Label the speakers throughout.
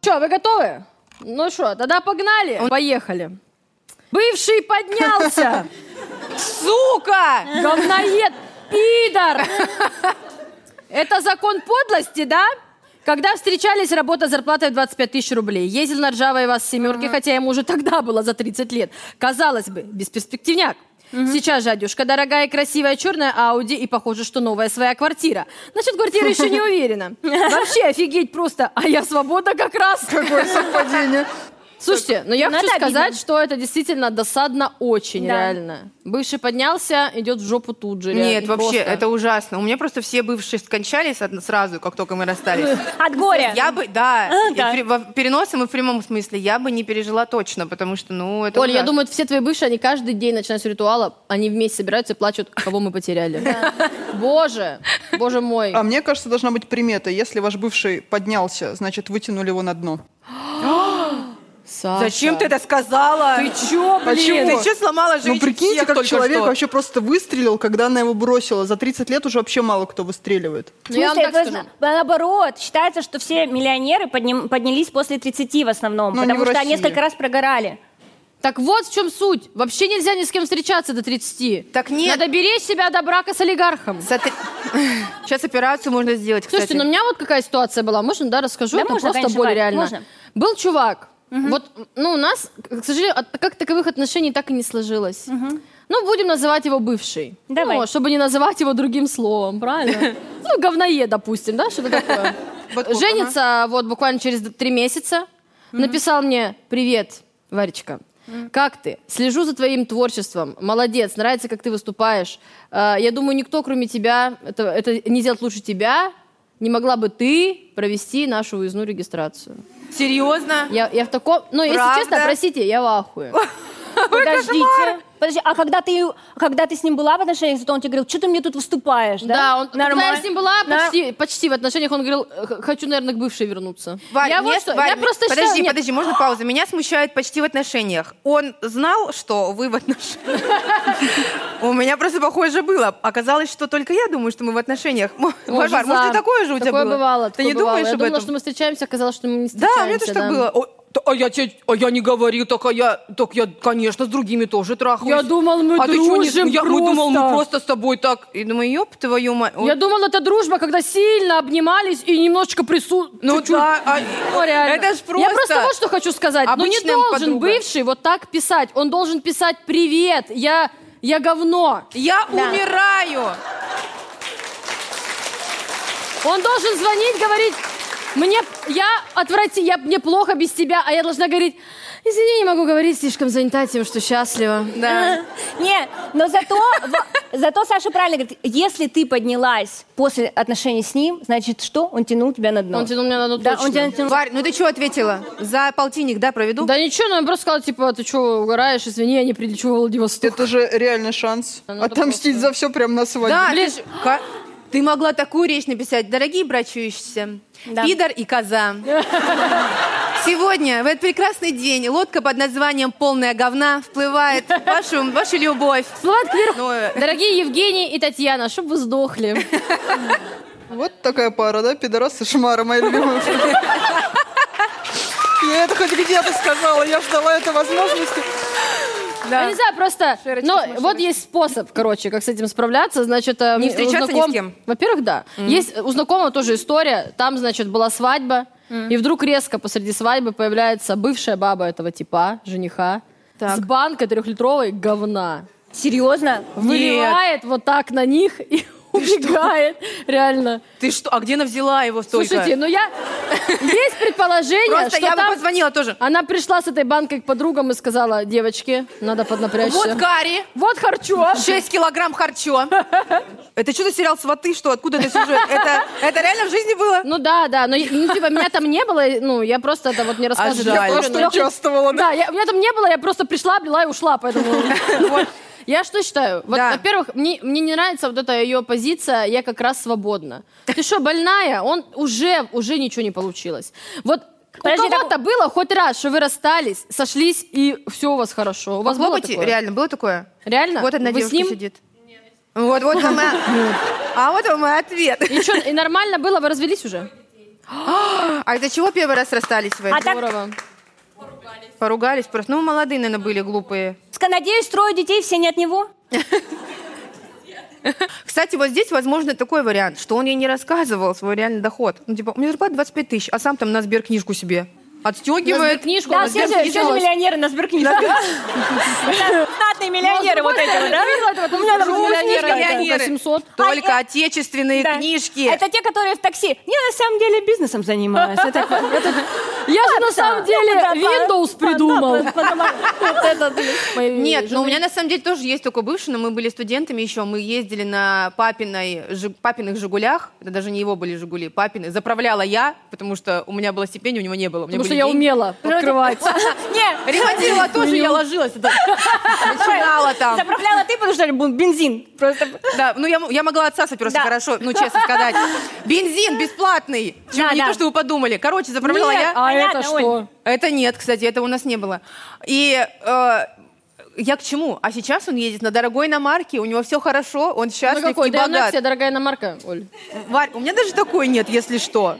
Speaker 1: все, вы готовы? Ну что, тогда погнали. Поехали. Бывший поднялся.
Speaker 2: Сука!
Speaker 1: Говноед, пидор! Это закон подлости, да? Когда встречались, работа с зарплатой в 25 тысяч рублей. Ездил на ржавой вас семерки, хотя ему уже тогда было за 30 лет. Казалось бы, бесперспективняк. Сейчас жадюшка дорогая, красивая, черная Ауди и похоже, что новая своя квартира. Насчет квартиры еще не уверена. Вообще офигеть просто, а я свобода как раз.
Speaker 3: Какое совпадение.
Speaker 1: Слушайте, но я
Speaker 2: Ну,
Speaker 1: хочу
Speaker 2: это
Speaker 1: сказать,
Speaker 2: обидно.
Speaker 1: что это действительно досадно очень,
Speaker 2: Да.
Speaker 1: реально. Бывший поднялся, идет в жопу тут же. реально,
Speaker 3: Нет,
Speaker 1: и
Speaker 3: вообще,
Speaker 1: просто.
Speaker 3: это ужасно. У меня просто все бывшие скончались од- сразу, как только мы расстались.
Speaker 2: От горя.
Speaker 3: Я бы, да,
Speaker 2: А,
Speaker 3: и
Speaker 2: да.
Speaker 3: при- во- в переносном и в прямом смысле, я бы не пережила точно, потому что, ну, это
Speaker 1: Оль, я
Speaker 3: ужасно.
Speaker 1: думаю, все твои бывшие, они каждый день, начиная с ритуала, они вместе собираются и плачут, кого мы потеряли. Боже, боже мой.
Speaker 4: А мне кажется, должна быть примета. Если ваш бывший поднялся, значит, вытянули его на дно.
Speaker 1: Саша.
Speaker 2: Зачем ты это сказала? Ты А чё,
Speaker 4: Почему?
Speaker 2: Ты чё сломала
Speaker 4: Ну,
Speaker 2: женщину?
Speaker 4: прикиньте, как человек вообще просто выстрелил, когда она его бросила. За 30 лет уже вообще мало кто выстреливает.
Speaker 1: Ну, я вам
Speaker 2: Слушай,
Speaker 1: так
Speaker 2: это
Speaker 1: скажу.
Speaker 2: зна- Наоборот, считается, что все миллионеры подним- поднялись после 30 в основном,
Speaker 1: Ну,
Speaker 4: Но не
Speaker 2: потому
Speaker 4: в
Speaker 2: что они
Speaker 4: России.
Speaker 2: несколько раз прогорали.
Speaker 1: Так вот в чем суть. Вообще нельзя ни с кем встречаться до 30.
Speaker 3: Так нет.
Speaker 1: Надо беречь себя до брака с олигархом.
Speaker 3: Сотри- Сейчас операцию можно сделать, кстати.
Speaker 1: Слушайте, ну у меня вот какая ситуация была, можно, да, расскажу?
Speaker 2: Да
Speaker 1: это
Speaker 2: можно,
Speaker 1: просто
Speaker 2: конечно,
Speaker 1: боль
Speaker 2: Варь,
Speaker 1: реально.
Speaker 2: можно.
Speaker 1: Был чувак, вот, ну, у нас, к сожалению, от- как таковых отношений так и не сложилось. Ну, будем называть его бывший.
Speaker 2: Давай.
Speaker 1: Ну, чтобы не называть его другим словом, правильно? Ну, говное, допустим, да, что-то такое.
Speaker 3: Бэткоп,
Speaker 1: Женится вот буквально через три месяца. Написал мне «Привет, Варечка». Как ты? Слежу за твоим творчеством. Молодец, нравится, как ты выступаешь. Э, Я думаю, никто, кроме тебя, это, это не делает лучше тебя. Не могла бы ты провести нашу выездную регистрацию?
Speaker 3: Серьезно?
Speaker 1: Я, я в таком... Ну, если
Speaker 3: Правда?
Speaker 1: честно, простите, я в ахуе.
Speaker 2: Подождите. Подожди, а когда ты, когда ты с ним была в отношениях, зато он тебе говорил, что ты мне тут выступаешь, да?
Speaker 1: Да, он, когда я
Speaker 2: Нормально.
Speaker 1: с ним была
Speaker 2: Нар-
Speaker 1: почти, почти в отношениях, он говорил, «Х- хочу, наверное, к бывшей вернуться.
Speaker 3: Варь,
Speaker 1: я
Speaker 3: нет,
Speaker 1: вот что,
Speaker 3: Варь,
Speaker 1: я просто
Speaker 3: подожди,
Speaker 1: считаю... нет,
Speaker 3: подожди, можно паузу? Меня смущает почти в отношениях. Он знал, что вы в отношениях. У меня просто похоже было. Оказалось, что только я думаю, что мы в отношениях. М-
Speaker 1: Боже,
Speaker 3: Варвар, может, и
Speaker 1: за.
Speaker 3: такое же у тебя
Speaker 1: такое
Speaker 3: было?
Speaker 1: бывало,
Speaker 3: Ты
Speaker 1: такое
Speaker 3: не
Speaker 1: бывало.
Speaker 3: думаешь
Speaker 1: Я
Speaker 3: об
Speaker 1: думала,
Speaker 3: этом?
Speaker 1: что мы встречаемся, оказалось, что мы не
Speaker 3: Да,
Speaker 1: встречаемся.
Speaker 3: у меня тоже
Speaker 1: да.
Speaker 3: так было. О, т- А я тебе, а я не говорю, так а я, так я, конечно, с другими тоже трахаюсь.
Speaker 1: Я думал, мы
Speaker 3: а ты чё, не-
Speaker 1: дружим
Speaker 3: я, мы думал, мы
Speaker 1: просто.
Speaker 3: просто с тобой так. И думаю, ёб твою мать.
Speaker 1: Я думала, это дружба, когда сильно обнимались и немножечко присутствовали.
Speaker 3: Ну да, а- это ж
Speaker 1: Я просто
Speaker 3: просто
Speaker 1: вот что хочу сказать. Ну не
Speaker 3: обычная
Speaker 1: должен
Speaker 3: подруга.
Speaker 1: бывший вот так писать. Он должен писать «Привет, я, я говно».
Speaker 3: Я умираю.
Speaker 1: Он должен звонить, говорить «Мне, я отврати, я, мне плохо без тебя», а я должна говорить «Извини, не могу говорить, слишком занята тем, что счастлива».
Speaker 3: Да.
Speaker 2: Не, но зато, в- зато Саша правильно говорит, если ты поднялась после отношений с ним, значит что? Он тянул тебя на дно.
Speaker 1: Он тянул меня на дно
Speaker 2: Да,
Speaker 1: точно.
Speaker 2: он тебя тянул.
Speaker 3: Варь, ну ты что ответила? За полтинник, да, проведу?
Speaker 1: Да ничего, но я просто сказала, типа, ты что, угораешь, извини, я не прилечу в Владивосток.
Speaker 4: Это же реальный шанс
Speaker 1: Ну, это
Speaker 4: отомстить
Speaker 1: просто-
Speaker 4: за все прямо на свадьбе.
Speaker 3: Да,
Speaker 1: Блин.
Speaker 3: ты, ж- ка- ты могла такую речь написать. Дорогие брачующиеся,
Speaker 2: Да.
Speaker 3: пидор и коза. Сегодня, в этот прекрасный день, лодка под названием «Полная говна» вплывает в вашу, вашу любовь.
Speaker 1: Всплывает кверху.
Speaker 3: Ну, э,
Speaker 1: Дорогие Евгений и Татьяна, чтобы вы сдохли.
Speaker 4: Вот такая пара, да, пидорас и шмара, моя любимая. Я это хоть где-то сказала, я ждала этой возможности.
Speaker 3: да.
Speaker 1: Я не знаю, просто...
Speaker 3: Шерочка
Speaker 1: Но
Speaker 3: с машиночкой.
Speaker 1: вот есть способ, короче, как с этим справляться. Значит, э,
Speaker 3: Не
Speaker 1: мне- у
Speaker 3: встречаться ни
Speaker 1: знаком-
Speaker 3: с кем.
Speaker 1: Во-первых, да. Есть э, у знакомого тоже история. Там, значит, была свадьба. И вдруг резко посреди свадьбы появляется бывшая баба этого типа, жениха,
Speaker 3: Так.
Speaker 1: с банкой трехлитровой говна.
Speaker 2: Серьезно?
Speaker 1: Выливает вот так на них и убегает. Реально.
Speaker 3: Ты что, а где она взяла его столько?
Speaker 1: Слушайте, ну я... Есть предположение,
Speaker 3: Просто
Speaker 1: что
Speaker 3: я бы
Speaker 1: там...
Speaker 3: позвонила тоже.
Speaker 1: Она пришла с этой банкой к подругам и сказала, девочки, надо поднапрячься.
Speaker 3: Вот карри,
Speaker 1: Вот а харчо.
Speaker 3: 6 килограмм харчо. Это что за сериал «Сваты»? Что, откуда это сюжет? Это, это реально в жизни было?
Speaker 1: Ну да, да, но я- ну, типа меня там не было, и, ну я просто это вот не рассказываю.
Speaker 3: А жаль.
Speaker 1: Я
Speaker 3: Потому
Speaker 1: тоже,
Speaker 4: Что
Speaker 1: ну,
Speaker 4: чувствовала, да?
Speaker 1: Да, я- меня там не было, я просто пришла, облила и ушла, поэтому... ну,
Speaker 3: Вот.
Speaker 1: Я что считаю? Вот,
Speaker 3: Да.
Speaker 1: во-первых, мне, мне не нравится вот эта ее позиция, я как раз свободна. Ты что, больная? Он уже, уже ничего не получилось. Вот
Speaker 2: Подожди,
Speaker 1: у кого-то было хоть раз, что вы расстались, сошлись, и все у вас хорошо. У вас было
Speaker 3: Похлопайте,
Speaker 1: такое?
Speaker 3: реально, было такое?
Speaker 1: Реально?
Speaker 3: Вот одна
Speaker 1: Вы
Speaker 3: девушка
Speaker 1: с ним?
Speaker 3: сидит. Вот, вот вам и- А вот вам и ответ.
Speaker 1: И чё, и нормально было, вы развелись уже?
Speaker 3: А из-за чего первый раз расстались вы?
Speaker 2: А так-
Speaker 1: Здорово.
Speaker 3: Поругались просто. Ну, молодые, наверное, были глупые.
Speaker 2: Ска, Надеюсь, трое детей, все не от него.
Speaker 3: Кстати, вот здесь, возможно, такой вариант, что он ей не рассказывал свой реальный доход. Ну, типа, у меня зарплата 25 тысяч, а сам там на сберкнижку себе отстегивает.
Speaker 1: Сберкнижку,
Speaker 2: Да,
Speaker 1: на
Speaker 2: все же,
Speaker 1: Сберкнижку.
Speaker 2: все же миллионеры на сберкнижке. Это Знатные миллионеры вот эти вот, да?
Speaker 1: У меня там
Speaker 3: Русские
Speaker 1: миллионеры,
Speaker 3: миллионеры.
Speaker 1: это 700.
Speaker 3: Только
Speaker 2: А,
Speaker 3: отечественные
Speaker 2: Да.
Speaker 3: книжки.
Speaker 1: А
Speaker 2: Это те, которые в такси. Не, на самом деле бизнесом занимаюсь. Это- это-
Speaker 1: Я же на самом деле
Speaker 2: да,
Speaker 1: Windows придумал. Вот это ты, моей
Speaker 3: Нет,
Speaker 1: жены.
Speaker 3: но у меня на самом деле тоже есть такой бывший, но мы были студентами еще, мы ездили на папиной, жи- папиных «Жигулях», это даже не его были «Жигули», папины, заправляла я, потому что у меня была стипендия, у него не было. у меня
Speaker 1: Потому что
Speaker 3: были
Speaker 1: я
Speaker 3: деньги. Ну,
Speaker 1: умела открывать.
Speaker 2: Не,
Speaker 3: Ремонтировала тоже, я ложилась, это, начинала там.
Speaker 2: заправляла ты, потому что был бензин. Просто
Speaker 3: Да, ну я, м- я могла отсасывать просто
Speaker 2: Да.
Speaker 3: хорошо, ну честно сказать. Бензин бесплатный, Чем
Speaker 2: Да,
Speaker 3: не
Speaker 2: да.
Speaker 3: то, что вы подумали. Короче, заправляла
Speaker 2: Нет,
Speaker 3: я.
Speaker 1: А
Speaker 2: Понятно,
Speaker 1: это что?
Speaker 2: Оль.
Speaker 3: Это нет, кстати, это у нас не было. И э, я к чему? А сейчас он едет на дорогой иномарке, у него все хорошо, он
Speaker 1: Ну
Speaker 3: счастлив
Speaker 1: какой,
Speaker 3: и богат.
Speaker 1: Дионексия, дорогая иномарка, Оль.
Speaker 3: Варь, у меня даже такой нет, если что.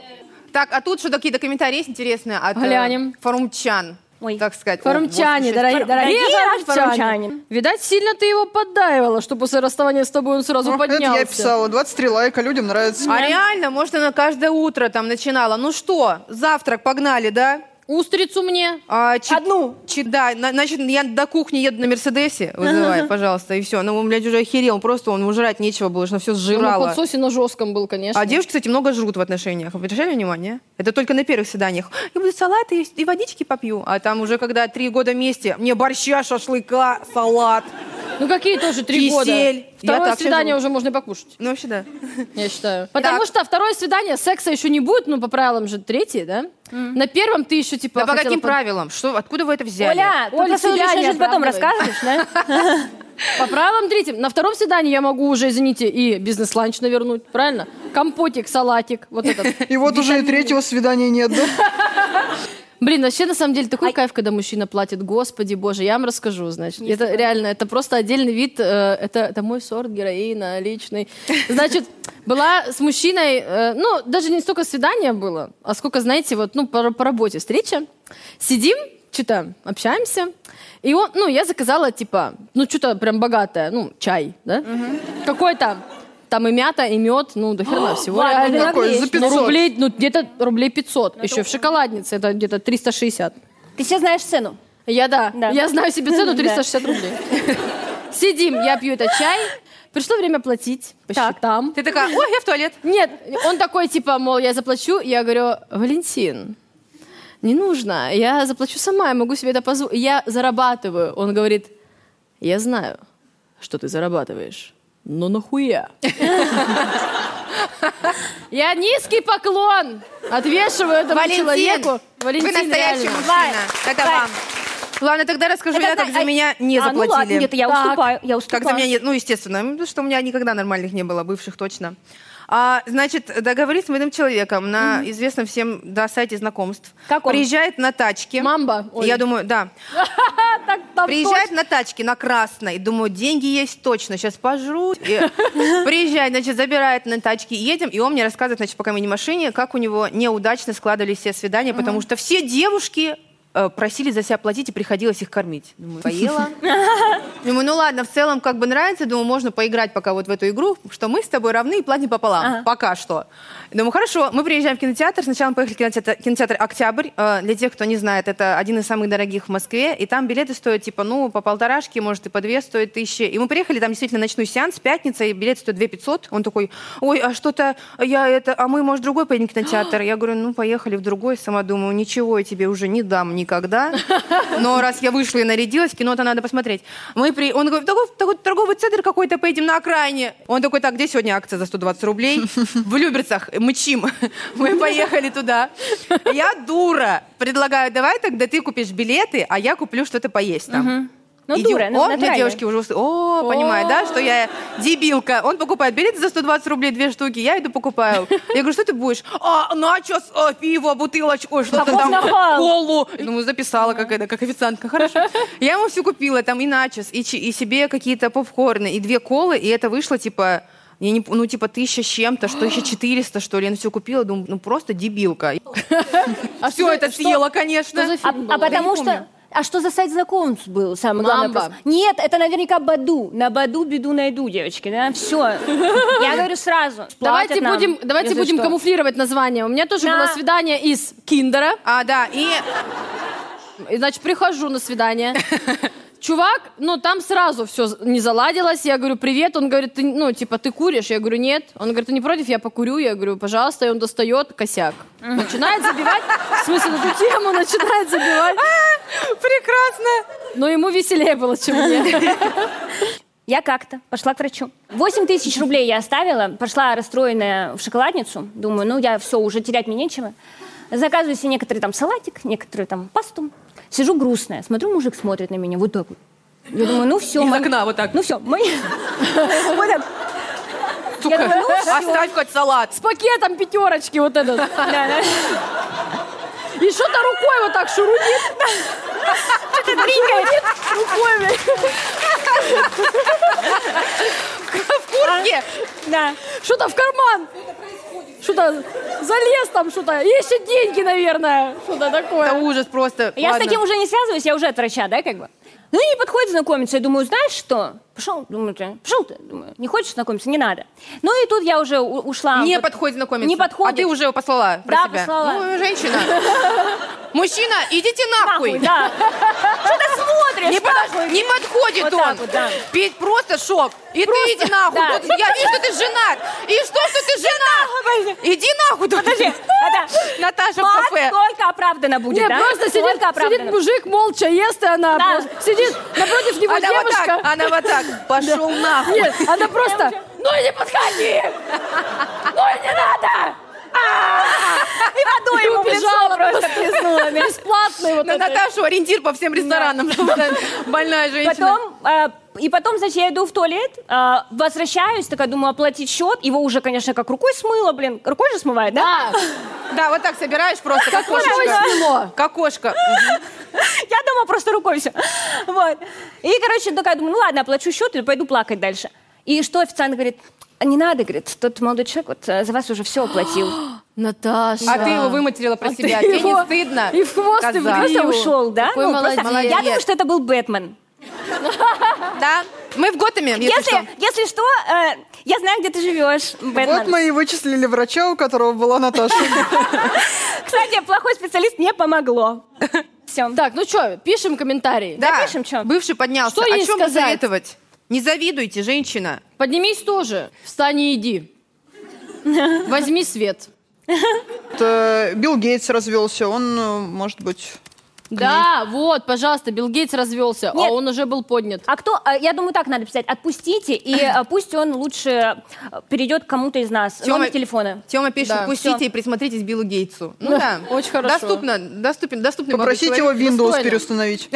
Speaker 3: Так, а тут что какие-то комментарии есть интересные от э,
Speaker 1: Глянем.
Speaker 3: форумчан,
Speaker 2: Ой.
Speaker 3: так сказать. О,
Speaker 1: Форумчане,
Speaker 3: 86.
Speaker 1: дорогие, дорогие
Speaker 2: дорогие
Speaker 1: форумчане.
Speaker 2: форумчане.
Speaker 1: Видать, сильно ты его поддаивала, что после расставания с тобой он сразу
Speaker 4: Ну, Это
Speaker 1: поднялся.
Speaker 4: я писала. 23 лайка, людям нравится.
Speaker 3: А реально, может, она каждое утро там начинала. Ну что, завтрак, погнали, да?
Speaker 1: Устрицу мне.
Speaker 3: А, чи-
Speaker 2: Одну.
Speaker 3: чи- да, на- значит, я до кухни еду на Мерседесе, вызывай, пожалуйста, и все. Ну, он, блядь, уже охерел, просто он ему жрать нечего было, что все
Speaker 1: Ну, На
Speaker 3: сжирало.
Speaker 1: подсосе на жестком был, конечно.
Speaker 3: А девушки, кстати, много жрут в отношениях. Вы обращали внимание? Это только на первых свиданиях. Я буду салат есть и водички попью. А там уже, когда три года вместе, мне борща, шашлыка, салат.
Speaker 1: Ну какие тоже три
Speaker 3: Кисель.
Speaker 1: года.
Speaker 3: Я
Speaker 1: Второе
Speaker 3: так щас
Speaker 1: свидание
Speaker 3: жру.
Speaker 1: уже можно и покушать,
Speaker 3: Ну, вообще, да.
Speaker 1: я считаю. Потому что второе свидание секса еще не будет, ну по правилам же третье, да? На первом ты еще типа
Speaker 3: Да по
Speaker 1: хотела
Speaker 3: каким
Speaker 1: под-
Speaker 3: правилам? Что, откуда вы это взяли?
Speaker 2: Оля, ты
Speaker 1: Оля,
Speaker 2: про свою
Speaker 1: себя
Speaker 2: личную
Speaker 1: не
Speaker 2: жизнь потом
Speaker 1: оправдывай.
Speaker 2: рассказываешь, да?
Speaker 1: По правилам третьим. На втором свидании я могу уже, извините, и бизнес-ланч навернуть, правильно? Компотик, салатик, вот этот.
Speaker 4: И вот уже и третьего свидания нет, да?
Speaker 1: Блин, вообще, на самом деле,
Speaker 2: А
Speaker 1: такой кайф, когда мужчина платит. Господи боже, я вам расскажу, значит. это реально, это просто отдельный вид. э, это, это мой сорт героина личный. Значит, была с мужчиной, э, ну, даже не столько свидания было, а сколько, знаете, вот, ну, по, по работе встреча. Сидим, что-то общаемся. И он, ну, я заказала, типа, ну, что-то прям богатое, ну, чай, да? Какой-то, там и мята, и мед, ну, до хрена всего.
Speaker 2: ладно,
Speaker 1: реально.
Speaker 4: Такой, за
Speaker 2: есть,
Speaker 1: Ну,
Speaker 4: 500.
Speaker 1: рублей, ну, где-то рублей 500. Еще в шоколаднице это где-то 360.
Speaker 2: Ты все знаешь цену.
Speaker 1: Я, да,
Speaker 2: Да.
Speaker 1: я знаю себе цену
Speaker 2: Да.
Speaker 1: 360 рублей. Сидим, я пью этот чай. Пришло время платить по счетам.
Speaker 3: Ты такая, ой, я в туалет.
Speaker 1: Нет, он такой, типа, мол, я заплачу. Я говорю, Валентин, не нужно. Я заплачу сама, я могу себе это позволить. Я зарабатываю. Он говорит, я знаю, что ты зарабатываешь. Но нахуя? Я низкий поклон отвешиваю этому человеку.
Speaker 3: вы настоящий
Speaker 1: реально.
Speaker 3: мужчина. Это
Speaker 2: Варь.
Speaker 3: вам. Ладно, тогда расскажу
Speaker 2: Это
Speaker 3: я, как
Speaker 2: зна-
Speaker 3: за
Speaker 2: а-
Speaker 3: меня не
Speaker 2: а, ну
Speaker 3: заплатили.
Speaker 2: ладно, нет, я
Speaker 1: Так.
Speaker 2: уступаю, я
Speaker 3: Как
Speaker 2: уступаю.
Speaker 3: за меня нет? Ну, естественно, потому что у меня никогда нормальных не было, бывших точно. А, значит, договорились с молодым человеком на известном всем да, сайте знакомств.
Speaker 2: Каком?
Speaker 3: Приезжает на тачке.
Speaker 1: Мамба, Оль.
Speaker 3: Я думаю, да.
Speaker 1: Так,
Speaker 2: А
Speaker 1: там
Speaker 3: Приезжает на тачке, на красной. Думаю, деньги есть точно, сейчас пожру. И Приезжает, значит, забирает на тачке, едем. И он мне рассказывает, значит, пока мы не в машине, как у него неудачно складывались все свидания, потому что все девушки э, просили за себя платить, и приходилось их кормить. Думаю, поела. Думаю, ну ладно, в целом как бы нравится, думаю, можно поиграть пока вот в эту игру, что мы с тобой равны и платим пополам, пока что. Думаю, хорошо, мы приезжаем в кинотеатр, сначала мы поехали в кинотеатр, кинотеатр «Октябрь», Э, для тех, кто не знает, это один из самых дорогих в Москве, и там билеты стоят типа, ну, по полторашке, может, и по две стоят тысячи, и мы приехали, там действительно ночной сеанс, пятница, и билет стоит 2 500, он такой, ой, а что-то я это, а мы, может, другой поедем в кинотеатр, я говорю, ну, поехали в другой, сама думаю, ничего я тебе уже не дам никогда, но раз я вышла и нарядилась, кино-то надо посмотреть. Мы при... Он говорит, такой, такой торговый центр какой-то, поедем на окраине. Он такой, так, где сегодня акция за 120 рублей? В Люберцах, мчим. Мы поехали туда. Я дура. Предлагаю, давай тогда ты купишь билеты, а я куплю что-то поесть там.
Speaker 2: Ну,
Speaker 3: Идем.
Speaker 2: дура, ну,
Speaker 3: Он, для
Speaker 2: натурально.
Speaker 3: девушки уже, ус- о, понимает, да, что я дебилка. Он покупает билеты за 120 рублей, две штуки, я иду покупаю. Я говорю, что ты будешь? А, начос, а, пиво, бутылочку, ой, что-то
Speaker 2: Каков
Speaker 3: там,
Speaker 2: нахал.
Speaker 3: колу. Ну, записала, как это, как официантка, хорошо. Я ему все купила, там и начос, и, чи- и себе какие-то попкорны, и две колы, и это вышло, типа, Я не, п- ну, типа, тысяча с чем-то, что еще 400, что ли. Я на все купила, думаю, ну, просто дебилка. А все это съела, конечно.
Speaker 1: что за
Speaker 2: А,
Speaker 1: фильм
Speaker 2: а
Speaker 1: был? Я
Speaker 2: потому
Speaker 1: не
Speaker 2: что... А что за сайт знакомств был, самый главный
Speaker 1: «Мамба».
Speaker 2: вопрос? Нет, это наверняка Баду. На Баду беду найду, девочки, да? Все. Я говорю сразу.
Speaker 1: Давайте
Speaker 2: платят нам,
Speaker 1: будем, давайте
Speaker 2: если
Speaker 1: будем
Speaker 2: что.
Speaker 1: камуфлировать название. У меня тоже
Speaker 2: Да.
Speaker 1: было свидание из Киндера.
Speaker 3: А, да, и
Speaker 1: И, Значит, прихожу на свидание. Чувак, ну там сразу все не заладилось. Я говорю, привет. Он говорит, ты, ну, типа, ты куришь? Я говорю, нет. Он говорит, ты не против? Я покурю. Я говорю, пожалуйста. И он достает косяк. Начинает забивать. В смысле, на эту тему начинает забивать.
Speaker 3: прекрасно.
Speaker 1: Но ему веселее было, чем мне.
Speaker 2: Я как-то пошла к врачу. 8 тысяч рублей я оставила, пошла расстроенная в шоколадницу. Думаю, ну я все, уже терять мне нечего. Заказываю себе некоторый там салатик, некоторую там пасту. Сижу грустная, смотрю, мужик смотрит на меня вот так вот. Я думаю, ну все,
Speaker 3: Из окна вот так.
Speaker 2: ну все, мы... Вот так.
Speaker 3: Сука,
Speaker 2: думаю, ну всё.
Speaker 3: оставь хоть салат.
Speaker 1: С пакетом пятерочки вот этот. И что-то рукой вот так шурудит. Что-то шурудит рукой. блядь.
Speaker 3: Куртки.
Speaker 2: Да.
Speaker 1: Что-то в карман. Что-то залез там, что-то. Ищет деньги, наверное. Что-то
Speaker 3: Это
Speaker 1: такое.
Speaker 3: ужас просто.
Speaker 2: Я
Speaker 3: Ладно.
Speaker 2: с таким уже не связываюсь, я уже от врача, да, как бы. Ну и не подходит знакомиться. Я думаю, знаешь что? Пошел, думаю, ты, пошел ты, думаю, не хочешь знакомиться, не надо. Ну и тут я уже у- ушла.
Speaker 3: Не
Speaker 2: Вот.
Speaker 3: подходит знакомиться.
Speaker 2: Не подходит.
Speaker 3: А ты уже послала про
Speaker 2: Да,
Speaker 3: себя.
Speaker 2: послала.
Speaker 3: Ну, женщина. Мужчина, идите
Speaker 2: Нахуй,
Speaker 3: нахуй.
Speaker 2: да. Что ты смотришь?
Speaker 3: Не, подо- не подходит
Speaker 2: Вот
Speaker 3: он.
Speaker 2: так вот, да.
Speaker 3: Петь просто шок. И ты иди нахуй.
Speaker 2: да.
Speaker 3: Тут я вижу, что ты женат. И что, что ты женат? Иди нахуй. Подожди.
Speaker 2: А, да.
Speaker 3: Наташа в
Speaker 2: Мат
Speaker 3: кафе.
Speaker 2: только оправдана будет,
Speaker 1: Не,
Speaker 2: да?
Speaker 1: просто сидит,
Speaker 2: Только
Speaker 1: сидит
Speaker 2: оправдана.
Speaker 1: мужик молча ест, и она
Speaker 2: Да.
Speaker 1: просто сидит напротив него
Speaker 3: Она вот
Speaker 1: девушка.
Speaker 3: так, она вот так. Пошел нахуй.
Speaker 1: Нет, она просто, ну и не подходи! Ну и не надо!
Speaker 2: И водой
Speaker 1: И
Speaker 2: ему в лицо
Speaker 1: убежала
Speaker 2: просто плеснула. Ну да.
Speaker 1: Бесплатный вот
Speaker 3: На
Speaker 1: этот.
Speaker 3: Наташу ориентир по всем ресторанам. что она Больная женщина.
Speaker 2: Потом, э, и потом, значит, я иду в туалет, э, возвращаюсь, такая думаю, оплатить счет. Его уже, конечно, как рукой смыло, блин. Рукой же смывает, да?
Speaker 1: Да,
Speaker 3: Да, вот так собираешь просто, как
Speaker 1: кошкой
Speaker 3: кошечка.
Speaker 1: сняло.
Speaker 3: Как кошка.
Speaker 2: Я дома просто рукой все. Вот. И, короче, такая думаю, ну ладно, оплачу счет и пойду плакать дальше. И что официант говорит? «А Не надо, говорит, тот молодой человек вот э, за вас уже все оплатил.
Speaker 1: Наташа.
Speaker 3: А ты его выматерила про себя.
Speaker 1: ты
Speaker 3: Тебе не
Speaker 1: его
Speaker 3: стыдно?
Speaker 1: и в хвост, и в
Speaker 3: Коза.
Speaker 1: грязь.
Speaker 2: Просто
Speaker 1: Красиво.
Speaker 2: ушел, да? Ну,
Speaker 1: Какой
Speaker 2: просто-
Speaker 1: молодец.
Speaker 2: Я думаю, что это был Бэтмен.
Speaker 3: Да? Мы в Готэме, если
Speaker 2: Если,
Speaker 3: что.
Speaker 2: если что, э, я знаю, где ты живешь, Бэтмен.
Speaker 4: Вот мы и вычислили врача, у которого была Наташа.
Speaker 2: Кстати, плохой специалист не помогло. Все.
Speaker 1: Так, ну что, пишем комментарии.
Speaker 3: Да.
Speaker 2: Напишем, чё?
Speaker 3: Бывший поднялся. А
Speaker 1: Что
Speaker 3: О
Speaker 1: ей
Speaker 3: чем
Speaker 1: сказать?
Speaker 3: посоветовать? Не завидуйте, женщина.
Speaker 1: Поднимись тоже, встань и иди. Возьми свет.
Speaker 4: Вот, э, Билл Гейтс развелся, он, э, может быть...
Speaker 1: Да, вот, пожалуйста, Билл Гейтс развелся,
Speaker 2: Нет.
Speaker 1: а он уже был поднят.
Speaker 2: А кто, э, я думаю, так надо писать, отпустите, и э, пусть он лучше э, перейдет к кому-то из нас.
Speaker 3: Тёма-
Speaker 2: Номер телефона.
Speaker 3: Тема пишет,
Speaker 1: Да.
Speaker 3: пустите
Speaker 2: Всё.
Speaker 3: и присмотритесь Биллу Гейтсу. Ну да.
Speaker 1: Очень хорошо.
Speaker 3: Доступно, доступен, доступный молодой
Speaker 4: Попросить его
Speaker 3: человек.
Speaker 4: Windows
Speaker 1: достойно.
Speaker 4: переустановить.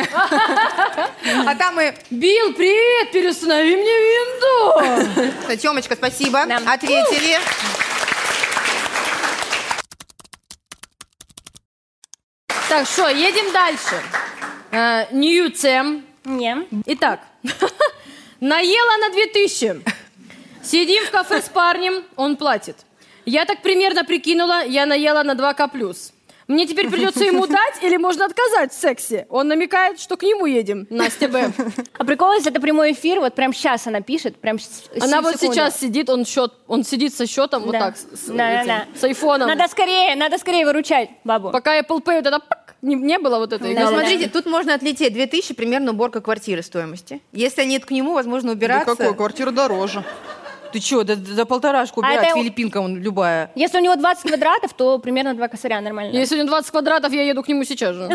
Speaker 3: А там и...
Speaker 1: Билл, привет, переустанови мне винду.
Speaker 3: Темочка, спасибо.
Speaker 2: Да.
Speaker 3: Ответили.
Speaker 1: Так, что, едем дальше. Э, Нью Цем.
Speaker 2: Не.
Speaker 1: Итак, наела на 2000. Сидим в кафе с парнем, он платит. Я так примерно прикинула, я наела на 2К+. Мне теперь придется ему дать или можно отказать в сексе? Он намекает, что к нему едем, Настя Б.
Speaker 2: А прикол, если это прямой эфир, вот прям сейчас она пишет, прям с- с-
Speaker 1: Она вот
Speaker 2: секунду.
Speaker 1: сейчас сидит, он счет, он сидит со счетом вот
Speaker 2: Да.
Speaker 1: так, с, с
Speaker 2: Да,
Speaker 1: этим,
Speaker 2: да, да.
Speaker 1: с айфоном.
Speaker 2: Надо скорее, надо скорее выручать бабу.
Speaker 1: Пока Apple Pay вот это пак, не, не было вот этой.
Speaker 2: Да,
Speaker 1: галочки.
Speaker 2: да, да.
Speaker 3: Ну, Смотрите, тут можно отлететь 2000, примерно уборка квартиры стоимости. Если нет к нему, возможно,
Speaker 4: Да
Speaker 3: убираться.
Speaker 4: какой, квартира дороже.
Speaker 3: Ты что, да, за полторашку
Speaker 2: А
Speaker 3: убирать,
Speaker 2: это-
Speaker 3: филиппинка он любая.
Speaker 2: Если у него 20 квадратов, то примерно 2 косаря нормально.
Speaker 1: Я сегодня 20 квадратов, я еду к нему сейчас же.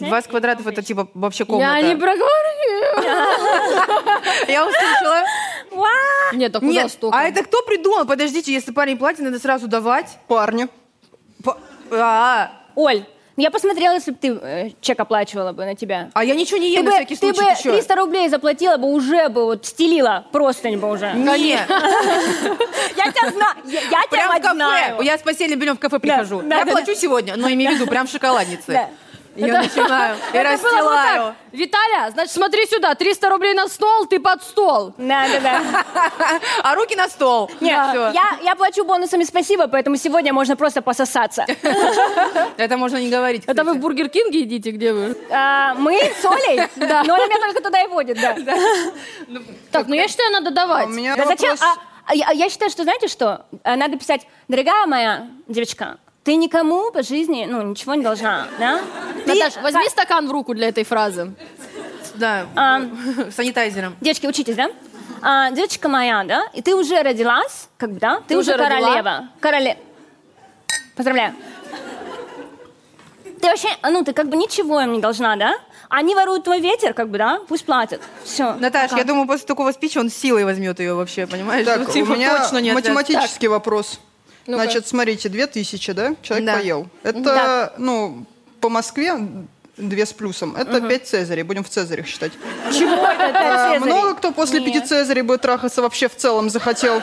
Speaker 3: 20 квадратов это типа вообще
Speaker 1: Я
Speaker 3: комната.
Speaker 1: не проговорю.
Speaker 3: Я услышала.
Speaker 2: Уа!
Speaker 1: Нет, так куда
Speaker 3: Нет,
Speaker 1: столько?
Speaker 3: а это кто придумал? Подождите, если парень платит, надо сразу давать.
Speaker 4: Парни.
Speaker 3: Па- А,
Speaker 2: Оль, ну я посмотрела, если бы ты э, чек оплачивала бы на тебя.
Speaker 3: а я ничего не ем
Speaker 2: ты бы,
Speaker 3: на всякий
Speaker 2: ты
Speaker 3: случай.
Speaker 2: бы
Speaker 3: ты чё?
Speaker 2: 300 рублей заплатила бы, уже бы вот стелила простынь бы уже.
Speaker 3: Не,
Speaker 2: Я тебя знаю, я, я тебя,
Speaker 3: прям в
Speaker 2: мать,
Speaker 3: кафе.
Speaker 2: знаю.
Speaker 3: Я с постельным бельем в кафе прихожу.
Speaker 2: да,
Speaker 3: Я
Speaker 2: да,
Speaker 3: плачу сегодня, но имею в виду прям
Speaker 2: Да.
Speaker 3: шоколадницы. Я начинаю
Speaker 1: Это было
Speaker 3: и
Speaker 1: вот так.
Speaker 3: расстилаю.
Speaker 1: Виталя, значит, смотри сюда, 300 рублей на стол, ты под стол.
Speaker 2: Да, да, да.
Speaker 3: А руки на стол.
Speaker 2: Нет,
Speaker 3: Всё.
Speaker 2: я, я плачу бонусами спасибо, поэтому сегодня можно просто пососаться.
Speaker 3: Это можно не говорить.
Speaker 1: Это вы в
Speaker 3: кстати.
Speaker 1: Бургер Кинге едите, где вы?
Speaker 2: А, мы с Олей? Да. Но она меня только туда и водит, да.
Speaker 1: Так, ну я считаю, надо
Speaker 4: А
Speaker 1: давать.
Speaker 4: у меня
Speaker 2: Да зачем?
Speaker 4: вопрос-
Speaker 2: А, а я, я считаю, что знаете что? А, Надо писать, дорогая моя девочка, ты никому по жизни, ну, ничего не должна, да? Ты-
Speaker 1: Наташа, возьми стакан в руку для этой фразы.
Speaker 3: Да,
Speaker 2: А,
Speaker 3: санитайзером.
Speaker 2: Девочки, учитесь, да? А, девочка моя, да? И ты уже родилась, как бы, да? Ты, уже,
Speaker 1: уже родила?
Speaker 2: королева. Короле... Поздравляю. Ты вообще, а, ну, ты как бы ничего им не должна, да? Они воруют твой ветер, как бы, да? Пусть платят. Все.
Speaker 3: Наташ, я думаю, после такого спича он силой возьмет ее вообще, понимаешь?
Speaker 4: Так,
Speaker 3: Ну,
Speaker 4: у
Speaker 3: типа,
Speaker 4: меня
Speaker 3: точно не отдаст.
Speaker 4: математический вопрос.
Speaker 1: Ну-ка.
Speaker 4: Значит, смотрите, 2000, да? Человек
Speaker 3: Да.
Speaker 4: поел. Это,
Speaker 2: Да.
Speaker 4: ну, по Москве две с плюсом. Это пять цезарей. Будем в цезарях считать.
Speaker 2: Чего это?
Speaker 4: А
Speaker 2: Цезарь?
Speaker 4: много кто после пяти
Speaker 2: Нет.
Speaker 4: цезарей бы трахаться вообще в целом захотел?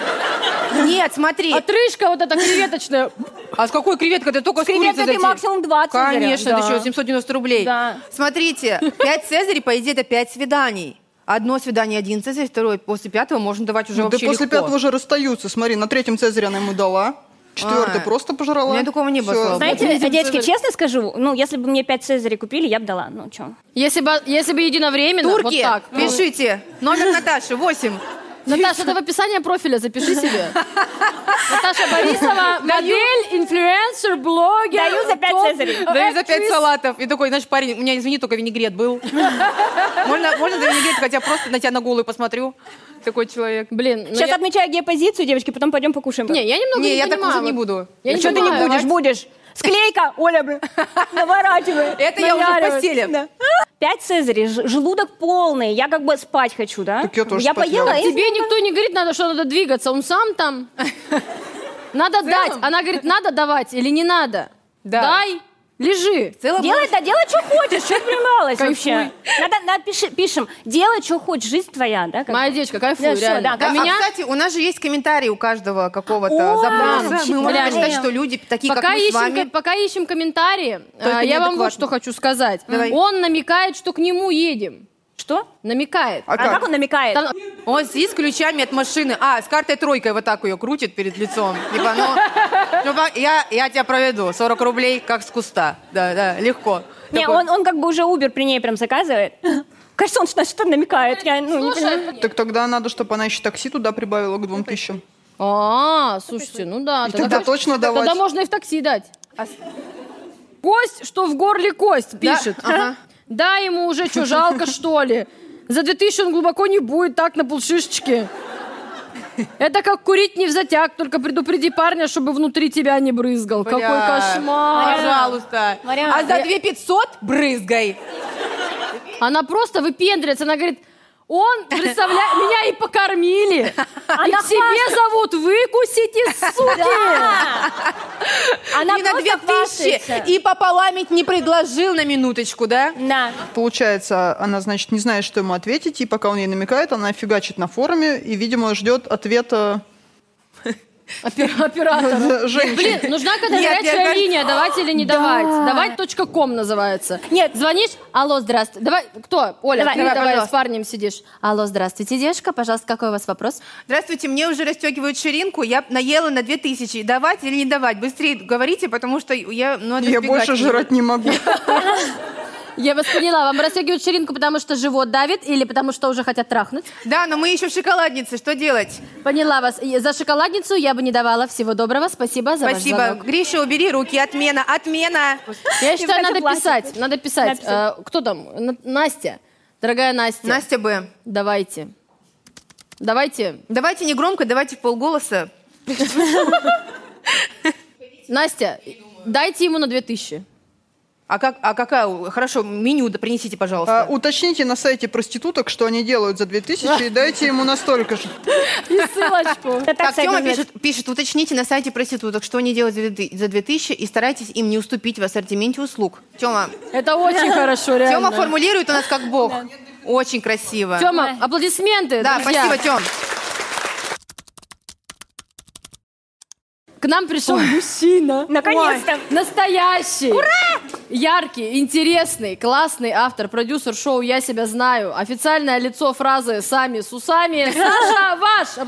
Speaker 3: Нет, смотри.
Speaker 1: Отрыжка вот эта креветочная.
Speaker 3: А с какой креветкой ты только с
Speaker 2: Креветка
Speaker 3: курицей
Speaker 2: ты
Speaker 3: зайти?
Speaker 2: максимум 20
Speaker 3: Конечно, это еще 790 рублей.
Speaker 2: Да.
Speaker 3: Смотрите, 5 цезарей, по идее, это 5 свиданий. Одно свидание, один цезарь, второе после пятого можно давать уже
Speaker 4: Да
Speaker 3: вообще
Speaker 4: после
Speaker 3: легко.
Speaker 4: пятого уже расстаются. Смотри, на третьем цезаре она ему дала.
Speaker 3: А.
Speaker 4: Четвертый просто пожрала.
Speaker 3: У меня такого не было,
Speaker 4: Всё.
Speaker 3: слава богу.
Speaker 2: Знаете,
Speaker 1: Видимо,
Speaker 2: девочки,
Speaker 1: цезарь.
Speaker 2: честно скажу, ну, если бы мне 5 цезарей купили, я бы дала. Ну, чё?
Speaker 1: Если бы, если бы единовременно,
Speaker 3: Турки,
Speaker 1: вот так. Ну,
Speaker 3: пишите. Номер Наташи 8.
Speaker 1: Наташа, это в описании профиля, запиши себе. Наташа Борисова, модель, инфлюенсер, блогер.
Speaker 2: Даю за пять
Speaker 1: топ-
Speaker 2: цезарей.
Speaker 3: Да и за пять
Speaker 1: actress.
Speaker 3: салатов. И такой, знаешь, парень, у меня, извини, только винегрет был. Можно, можно за винегрет, хотя просто на тебя на голую посмотрю. Такой человек.
Speaker 1: Блин, ну
Speaker 2: Сейчас
Speaker 1: я-
Speaker 2: отмечаю геопозицию, девочки, потом пойдем покушаем.
Speaker 1: Не, я немного
Speaker 3: Не,
Speaker 1: не
Speaker 3: я так
Speaker 1: понимаю.
Speaker 3: уже не
Speaker 1: вот.
Speaker 3: буду.
Speaker 1: Я
Speaker 2: Что ты не
Speaker 1: понимаю.
Speaker 3: а?
Speaker 2: будешь? Будешь. Склейка, Оля, блин, наворачивай.
Speaker 3: Это я уже в
Speaker 2: наяривай.
Speaker 3: постели.
Speaker 2: Да. Пять цезарей, ж- желудок полный, я как бы спать хочу, да?
Speaker 4: Так
Speaker 2: Как
Speaker 4: я
Speaker 2: бы
Speaker 4: тоже
Speaker 2: Я
Speaker 4: спать
Speaker 2: поела,
Speaker 4: лягу.
Speaker 2: и-
Speaker 1: А Тебе никто не говорит, надо, что надо двигаться, он сам там. Надо дать. Она говорит, надо давать или не надо.
Speaker 3: Да.
Speaker 1: Дай, лежи.
Speaker 3: В целом,
Speaker 2: делай, да, делай, что хочешь, что ты принималась
Speaker 1: Кайфуй.
Speaker 2: вообще. Надо, надо пиши- пишем, делай, что хочешь, жизнь твоя, да? как
Speaker 1: Моя
Speaker 2: бы.
Speaker 1: девочка, кайфуй,
Speaker 2: Да, всё,
Speaker 1: реально.
Speaker 2: да,
Speaker 3: Да,
Speaker 1: а
Speaker 3: а,
Speaker 1: меня...
Speaker 3: кстати, у нас же есть комментарии у каждого какого-то
Speaker 2: О,
Speaker 3: запроса. Мы можем
Speaker 2: читаем.
Speaker 3: сказать, что люди такие,
Speaker 1: Пока
Speaker 3: как мы с
Speaker 1: ищем,
Speaker 3: вами.
Speaker 1: ко- пока ищем комментарии,
Speaker 3: Только
Speaker 1: а, я вам
Speaker 3: неадекватно.
Speaker 1: вот что хочу сказать.
Speaker 3: Давай.
Speaker 1: Он намекает, что к нему едем.
Speaker 2: Что?
Speaker 1: Намекает.
Speaker 4: А
Speaker 2: А
Speaker 4: как?
Speaker 2: как он намекает?
Speaker 1: Там-
Speaker 3: Он сидит с ключами от машины. А, с картой тройкой вот так ее крутит перед лицом. Типа, ну, типа, я, я тебя проведу. 40 рублей, как с куста. Да, да, легко.
Speaker 2: Не,
Speaker 3: Такой,
Speaker 2: он, он как бы уже Uber при ней прям заказывает. Кажется, он на что-то намекает. Я, ну, не понимаю.
Speaker 1: Слушай,
Speaker 4: Так тогда надо, чтобы она еще такси туда прибавила к двум тысячам.
Speaker 1: а, слушайте, ну да.
Speaker 4: И тогда
Speaker 1: хоть-
Speaker 4: точно
Speaker 1: тогда
Speaker 4: давать.
Speaker 1: можно и в такси дать.
Speaker 3: А с-
Speaker 1: Кость, что в горле кость, пишет.
Speaker 3: ага.
Speaker 1: Да, ему уже что, жалко, что ли? За 2000 он глубоко не будет, так, на полшишечки. Это как курить не в затяг, только предупреди парня, чтобы внутри тебя не брызгал. Какой
Speaker 3: бля,
Speaker 1: кошмар.
Speaker 3: Пожалуйста.
Speaker 2: Вариант.
Speaker 3: А за 2 500 брызгай.
Speaker 1: Она просто выпендривается, она говорит, он, представляет, меня и покормили, и
Speaker 2: Она
Speaker 1: к себе зовут, выкусите, суки!
Speaker 2: Она
Speaker 3: И на
Speaker 2: просто
Speaker 3: 2000.
Speaker 2: хвастается.
Speaker 3: И пополамить не предложил на минуточку, да?
Speaker 2: Да.
Speaker 4: Получается, она, значит, не знает, что ему ответить, и пока он ей намекает, она фигачит на форуме и, видимо, ждет ответа
Speaker 1: Опер- Оператор.
Speaker 4: женщины.
Speaker 1: Блин, нужна когда
Speaker 3: Нет, я
Speaker 1: горячая
Speaker 3: кажется-
Speaker 1: линия, давать или не давать. Давать точка ком называется.
Speaker 2: Нет.
Speaker 1: Звонишь, алло, здравствуйте. Давай, кто? Оля,
Speaker 2: Давай,
Speaker 1: ты
Speaker 2: давай,
Speaker 1: давай с
Speaker 3: пожалуйста.
Speaker 1: парнем сидишь. Алло, здравствуйте, девушка, пожалуйста, какой у вас вопрос?
Speaker 3: Здравствуйте, мне уже расстегивают ширинку, я наела на 2000. Давать или не давать? Быстрее говорите, потому что я... Ну, это
Speaker 4: Я
Speaker 3: избегать
Speaker 4: больше
Speaker 3: не
Speaker 4: жрать не могу.
Speaker 1: Я вас поняла, вам расстегивают ширинку, потому что живот давит или потому что уже хотят трахнуть?
Speaker 3: буду. Да, но мы еще в шоколаднице, что делать?
Speaker 1: Поняла вас. И За шоколадницу я бы не давала. Всего доброго, спасибо за ваш
Speaker 3: Спасибо.
Speaker 1: звонок.
Speaker 3: Гриша, убери руки, отмена, отмена.
Speaker 1: Я считаю,
Speaker 2: Катя
Speaker 1: надо
Speaker 2: плачет.
Speaker 1: писать. Надо писать.
Speaker 2: Написать.
Speaker 1: Э, кто там? Н- Настя. Дорогая Настя.
Speaker 3: Настя Б.
Speaker 1: Давайте. Давайте.
Speaker 3: Давайте не громко, давайте в полголоса.
Speaker 1: Настя, дайте ему на 2000.
Speaker 3: А, как, а какая? у- Хорошо, меню да принесите,
Speaker 4: А,
Speaker 3: пожалуйста.
Speaker 4: уточните на сайте проституток, что они делают за 2000, и дайте ему настолько же.
Speaker 1: И ссылочку.
Speaker 2: Это
Speaker 3: так,
Speaker 2: сайт
Speaker 3: Тёма
Speaker 2: называется.
Speaker 3: пишет, пишет, уточните на сайте проституток, что они делают за две ты- за 2000, и старайтесь им не уступить в ассортименте услуг. Тёма,
Speaker 1: Это очень хорошо, реально.
Speaker 3: Тёма формулирует у нас как бог. Очень красиво.
Speaker 1: Тёма, аплодисменты,
Speaker 3: Да,
Speaker 1: друзья.
Speaker 3: спасибо, Тём.
Speaker 1: К нам пришел мужчина.
Speaker 2: Наконец-то.
Speaker 1: Настоящий. Ура! Яркий, интересный, классный автор, продюсер шоу «Я себя знаю», официальное лицо фразы «Сами с усами» Саша Ваш.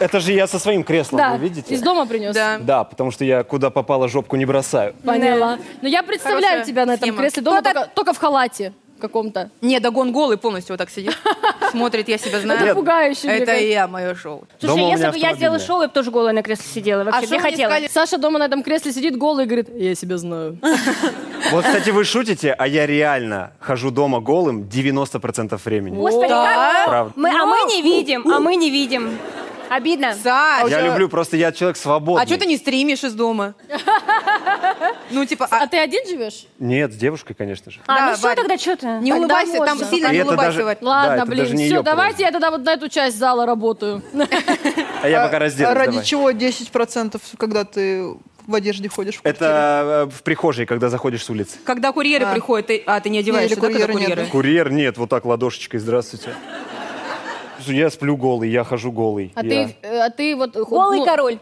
Speaker 5: Это же я со своим креслом,
Speaker 1: Да,
Speaker 5: вы видите?
Speaker 1: из дома принес.
Speaker 3: Да.
Speaker 5: Да, потому что я куда попало жопку не бросаю.
Speaker 1: Поняла. Но я представляю
Speaker 3: Хорошая
Speaker 1: тебя на этом
Speaker 3: схема.
Speaker 1: кресле дома
Speaker 3: Кто-то-
Speaker 1: только, только в халате каком-то.
Speaker 3: Не, Дагон голый полностью вот так сидит, смотрит, я себя
Speaker 1: Это
Speaker 3: знаю.
Speaker 1: пугающе. мне
Speaker 3: Это
Speaker 1: кажется.
Speaker 3: и я, мое шоу.
Speaker 2: Слушай,
Speaker 5: Дома у
Speaker 2: если
Speaker 5: меня
Speaker 2: бы я сделала
Speaker 5: автомобильная.
Speaker 2: шоу, я бы тоже голая на кресле сидела. Вообще,
Speaker 3: что
Speaker 2: где
Speaker 3: вы не
Speaker 2: хотела.
Speaker 3: сказали?
Speaker 1: Саша дома на этом кресле сидит голый и говорит, я себя знаю.
Speaker 5: Вот, кстати, вы шутите, а я реально хожу дома голым 90% времени.
Speaker 2: Господи,
Speaker 3: Да?
Speaker 2: как
Speaker 5: Правда.
Speaker 2: мы- а мы не видим, а мы не видим. Обидно.
Speaker 1: а
Speaker 3: Саш,
Speaker 5: Я люблю, просто я человек свободный.
Speaker 3: а что ты не стримишь из дома? Ну, типа,
Speaker 1: А
Speaker 3: а-
Speaker 1: ты один живешь?
Speaker 5: Нет, с девушкой, конечно же.
Speaker 2: А,
Speaker 3: Да,
Speaker 2: ну что
Speaker 3: Варя,
Speaker 2: тогда, что ты?
Speaker 3: не
Speaker 1: Тогда
Speaker 3: улыбайся, там
Speaker 1: можно.
Speaker 3: сильно
Speaker 5: И
Speaker 3: не
Speaker 5: это а даже-
Speaker 3: улыбайся. Варь.
Speaker 1: Ладно,
Speaker 5: это
Speaker 1: блин,
Speaker 5: даже не
Speaker 1: все,
Speaker 5: её
Speaker 1: давайте
Speaker 5: просьба.
Speaker 1: я тогда вот на эту часть зала работаю.
Speaker 5: А
Speaker 1: Э,
Speaker 5: я пока разделаюсь,
Speaker 4: Ради
Speaker 5: давай.
Speaker 4: чего 10%, когда ты в одежде ходишь в квартире?
Speaker 5: Это э, в прихожей, когда заходишь с улицы.
Speaker 3: Когда курьеры приходят, ты- а, ты не одеваешься,
Speaker 4: или
Speaker 3: да, когда
Speaker 4: курьеры нет,
Speaker 3: курьеры?
Speaker 4: да.
Speaker 5: Курьер, нет, вот так ладошечкой, здравствуйте. Я сплю голый, я хожу голый.
Speaker 1: А
Speaker 5: я-
Speaker 1: ты, э, а ты вот...
Speaker 2: Голый
Speaker 1: ну,
Speaker 2: король.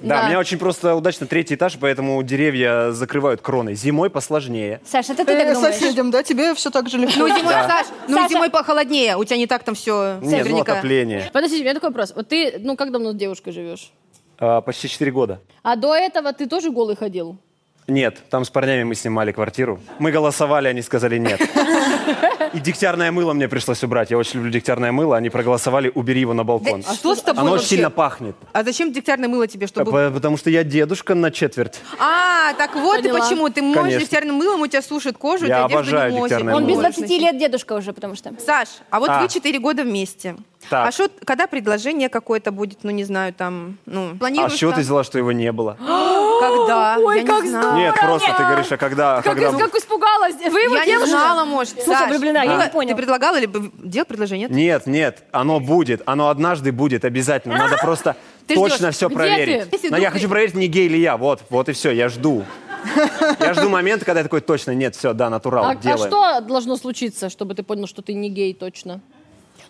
Speaker 5: Да,
Speaker 1: Да.
Speaker 5: у меня очень просто удачно третий этаж, поэтому деревья закрывают кроной. Зимой посложнее.
Speaker 2: Саша, это ты так
Speaker 4: Э,
Speaker 2: думаешь?
Speaker 4: соседям, да, тебе все так же легко.
Speaker 3: Ну, зимой,
Speaker 5: Да.
Speaker 3: Саш, ну,
Speaker 2: Саша.
Speaker 3: зимой похолоднее, у тебя не так там все
Speaker 5: Нет, ну
Speaker 3: наверняка.
Speaker 5: отопление.
Speaker 1: Подождите, у меня такой вопрос. Вот ты, ну, как давно с девушкой живешь?
Speaker 5: А, почти 4 года.
Speaker 1: А до этого ты тоже голый ходил?
Speaker 5: Нет, там с парнями мы снимали квартиру. Мы голосовали, они сказали нет. И дегтярное мыло мне пришлось убрать. Я очень люблю дегтярное мыло. Они проголосовали, убери его на балкон.
Speaker 3: а что с тобой
Speaker 5: Оно
Speaker 3: вообще?
Speaker 5: очень сильно пахнет.
Speaker 3: А зачем дегтярное мыло тебе,
Speaker 5: А
Speaker 3: чтобы...
Speaker 5: по- Потому что я дедушка на четверть.
Speaker 3: А, так вот ты
Speaker 1: Поняла.
Speaker 3: почему. Ты моешь
Speaker 5: Конечно.
Speaker 3: дегтярным мылом, у тебя сушит кожу, и
Speaker 5: Я
Speaker 3: ты одежду
Speaker 5: обожаю
Speaker 3: не мочишь.
Speaker 5: дегтярное
Speaker 2: Он без
Speaker 5: мыло.
Speaker 2: 20 лет дедушка уже, потому что.
Speaker 3: Саш, а вот
Speaker 5: А.
Speaker 3: вы 4 года вместе.
Speaker 5: Так.
Speaker 3: А что, когда предложение какое-то будет, ну, не знаю, там, ну,
Speaker 5: А
Speaker 3: планируешь
Speaker 5: с чего ты
Speaker 3: там?
Speaker 5: взяла, что его не было?
Speaker 3: Когда?
Speaker 1: Ой,
Speaker 3: Я
Speaker 1: как
Speaker 3: не знаю.
Speaker 5: Нет, просто ты говоришь, а когда?
Speaker 1: Как,
Speaker 5: когда-
Speaker 1: как испугалась? Вы его
Speaker 3: Я не
Speaker 1: девушка?
Speaker 3: знала, может.
Speaker 2: Слушай,
Speaker 3: Саш,
Speaker 2: влюблена, я
Speaker 3: ну,
Speaker 2: не
Speaker 3: Ты
Speaker 2: понял.
Speaker 3: предлагала или б- делал предложение? Нет?
Speaker 5: Нет, нет, оно будет, оно однажды будет обязательно. Надо просто
Speaker 3: Ты
Speaker 5: точно
Speaker 3: ждёшь.
Speaker 5: все
Speaker 1: А? Где
Speaker 5: проверить.
Speaker 1: ты?
Speaker 3: Если
Speaker 5: Но я
Speaker 3: вдруг
Speaker 5: хочу проверить, не гей ли я. Вот, вот и все, я жду. Я жду момента, когда я такой, точно, нет, все, да, натурал,
Speaker 1: А, а
Speaker 5: делаем.
Speaker 1: что должно случиться, чтобы ты понял, что ты не гей точно?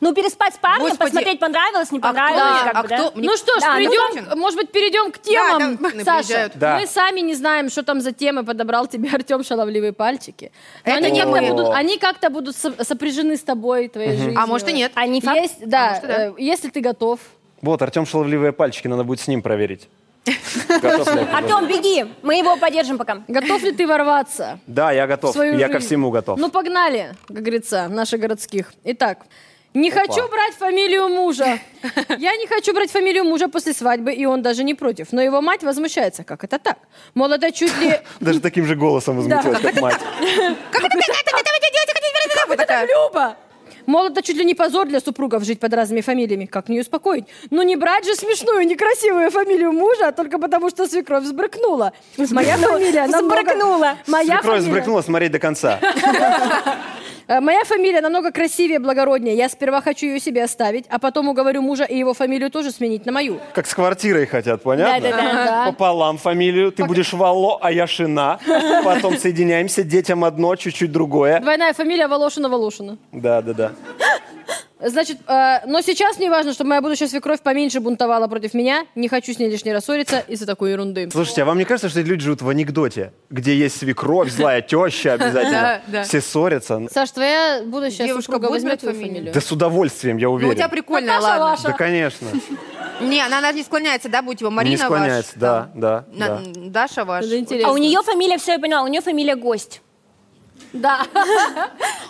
Speaker 2: Ну, переспать с парнем,
Speaker 3: Господи.
Speaker 2: посмотреть, понравилось, не
Speaker 3: кто
Speaker 2: понравилось.
Speaker 3: мне-
Speaker 2: как
Speaker 3: а
Speaker 2: бы, да?
Speaker 3: кто мне-
Speaker 1: Ну что ж,
Speaker 2: Да, ну
Speaker 1: перейдем, к- может быть, перейдем к темам,
Speaker 3: Да, да,
Speaker 1: Саша.
Speaker 3: приезжают.
Speaker 5: Да.
Speaker 1: Мы сами не знаем, что там за темы подобрал тебе Артем Шаловливые пальчики. Но
Speaker 3: Это
Speaker 1: они
Speaker 3: не
Speaker 1: как-то
Speaker 3: мы.
Speaker 1: будут, они как-то будут со- сопряжены с тобой, твоей жизнью.
Speaker 3: А может и нет.
Speaker 2: А не факт?
Speaker 1: Есть, да,
Speaker 3: может, да.
Speaker 1: э, если ты готов.
Speaker 5: Вот, Артем шаловливые пальчики, надо будет с ним проверить. Готов ли я к этому?
Speaker 2: Артем, беги, мы его поддержим пока. А
Speaker 1: Готов ли ты ворваться?
Speaker 5: Да, я
Speaker 1: в
Speaker 5: готов,
Speaker 1: свою
Speaker 5: я ко
Speaker 1: жизнь?
Speaker 5: всему готов.
Speaker 1: Ну погнали, как говорится, наших городских. Итак, не
Speaker 5: Опа.
Speaker 1: хочу брать фамилию мужа. Я не хочу брать фамилию мужа после свадьбы, и он даже не против. Но его мать возмущается. Как это так? Мол, это чуть ли
Speaker 5: Даже таким же голосом возмутилась, как мать.
Speaker 3: Как это, как это, как это, вы делаете, как это, как это, как это, такая?
Speaker 1: Люба! Мол, это чуть ли не позор для супругов жить под разными фамилиями. Как не успокоить? Ну не брать же смешную, некрасивую фамилию мужа, а только потому, что свекровь взбрыкнула. Моя фамилия намного-
Speaker 2: Взбрыкнула.
Speaker 1: Моя
Speaker 5: Свекровь
Speaker 1: фамилия...
Speaker 5: взбрыкнула смотреть до конца.
Speaker 1: Э, Моя фамилия намного красивее, благороднее. Я сперва хочу ее себе оставить, а потом уговорю мужа и его фамилию тоже сменить на мою.
Speaker 5: Как с квартирой хотят, понятно?
Speaker 1: Да-да-да.
Speaker 5: Пополам фамилию, ты будешь Вало, а я Шина. Потом соединяемся, детям одно, чуть-чуть другое.
Speaker 1: Двойная фамилия Волошина-Волошина.
Speaker 5: Да-да-да.
Speaker 1: Значит, э, но сейчас не важно, что моя будущая свекровь поменьше бунтовала против меня. Не хочу с ней лишний раз ссориться из-за такой ерунды.
Speaker 5: Слушайте, а вам не кажется, что эти люди живут в анекдоте, где есть свекровь, злая теща обязательно,
Speaker 3: Да, да.
Speaker 5: все ссорятся?
Speaker 1: Саш, твоя будущая
Speaker 3: Девушка
Speaker 1: супруга
Speaker 3: будет
Speaker 1: возьмет
Speaker 3: брать
Speaker 1: твою
Speaker 3: фамилию?
Speaker 1: фамилию?
Speaker 5: Да с удовольствием, я
Speaker 3: Ну, у тебя
Speaker 5: уверен.
Speaker 3: прикольная,
Speaker 1: Наташа
Speaker 3: ладно.
Speaker 1: Ваша.
Speaker 5: Да, конечно.
Speaker 3: Не, она даже не склоняется, да, будь его Марина
Speaker 5: Не склоняется,
Speaker 3: Ваш,
Speaker 5: да,
Speaker 3: там,
Speaker 5: да,
Speaker 3: На-
Speaker 5: да.
Speaker 3: Даша Ваш.
Speaker 1: Это интересно.
Speaker 2: А у нее фамилия, все я поняла, у нее фамилия Гость.
Speaker 1: Да.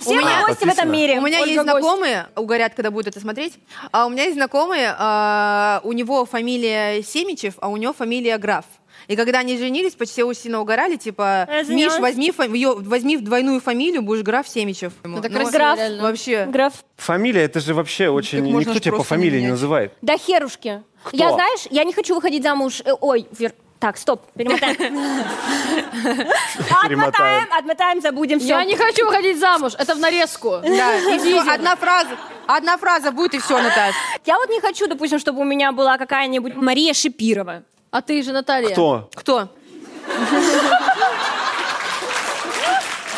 Speaker 2: Все
Speaker 5: меня-
Speaker 2: мы гости в этом
Speaker 5: Отлично.
Speaker 2: мире.
Speaker 3: У меня
Speaker 1: Ольга
Speaker 3: есть
Speaker 1: гость.
Speaker 3: знакомые, угорят, когда будут это смотреть, а у меня есть знакомые, а, у него фамилия Семичев, а у него фамилия Граф. И когда они женились, почти все очень сильно угорали, типа,
Speaker 2: Я
Speaker 3: Миш,
Speaker 2: извинялась.
Speaker 3: возьми, фа- её- возьми в двойную фамилию, будешь граф Семичев.
Speaker 1: Это
Speaker 3: Ну,
Speaker 1: красиво,
Speaker 2: Граф.
Speaker 1: реально.
Speaker 3: Вообще.
Speaker 2: Граф.
Speaker 5: Фамилия, это же вообще очень...
Speaker 4: Так можно
Speaker 5: Никто
Speaker 4: ж
Speaker 5: тебя по
Speaker 4: просто
Speaker 5: фамилии не
Speaker 4: менять.
Speaker 5: называет.
Speaker 2: Да херушки.
Speaker 5: Кто?
Speaker 2: Я, знаешь, я не хочу выходить замуж. э, ой, вер- так, стоп, перемотаем. Отмотаем, отмотаем, забудем все.
Speaker 1: Я не хочу выходить замуж. Это в нарезку.
Speaker 3: Да, и всё, одна фраза, одна фраза будет, и все, Наташ.
Speaker 2: Я вот не хочу, допустим, чтобы у меня была какая-нибудь Мария Шипирова.
Speaker 1: А ты же, Наталья.
Speaker 5: Кто?
Speaker 3: Кто?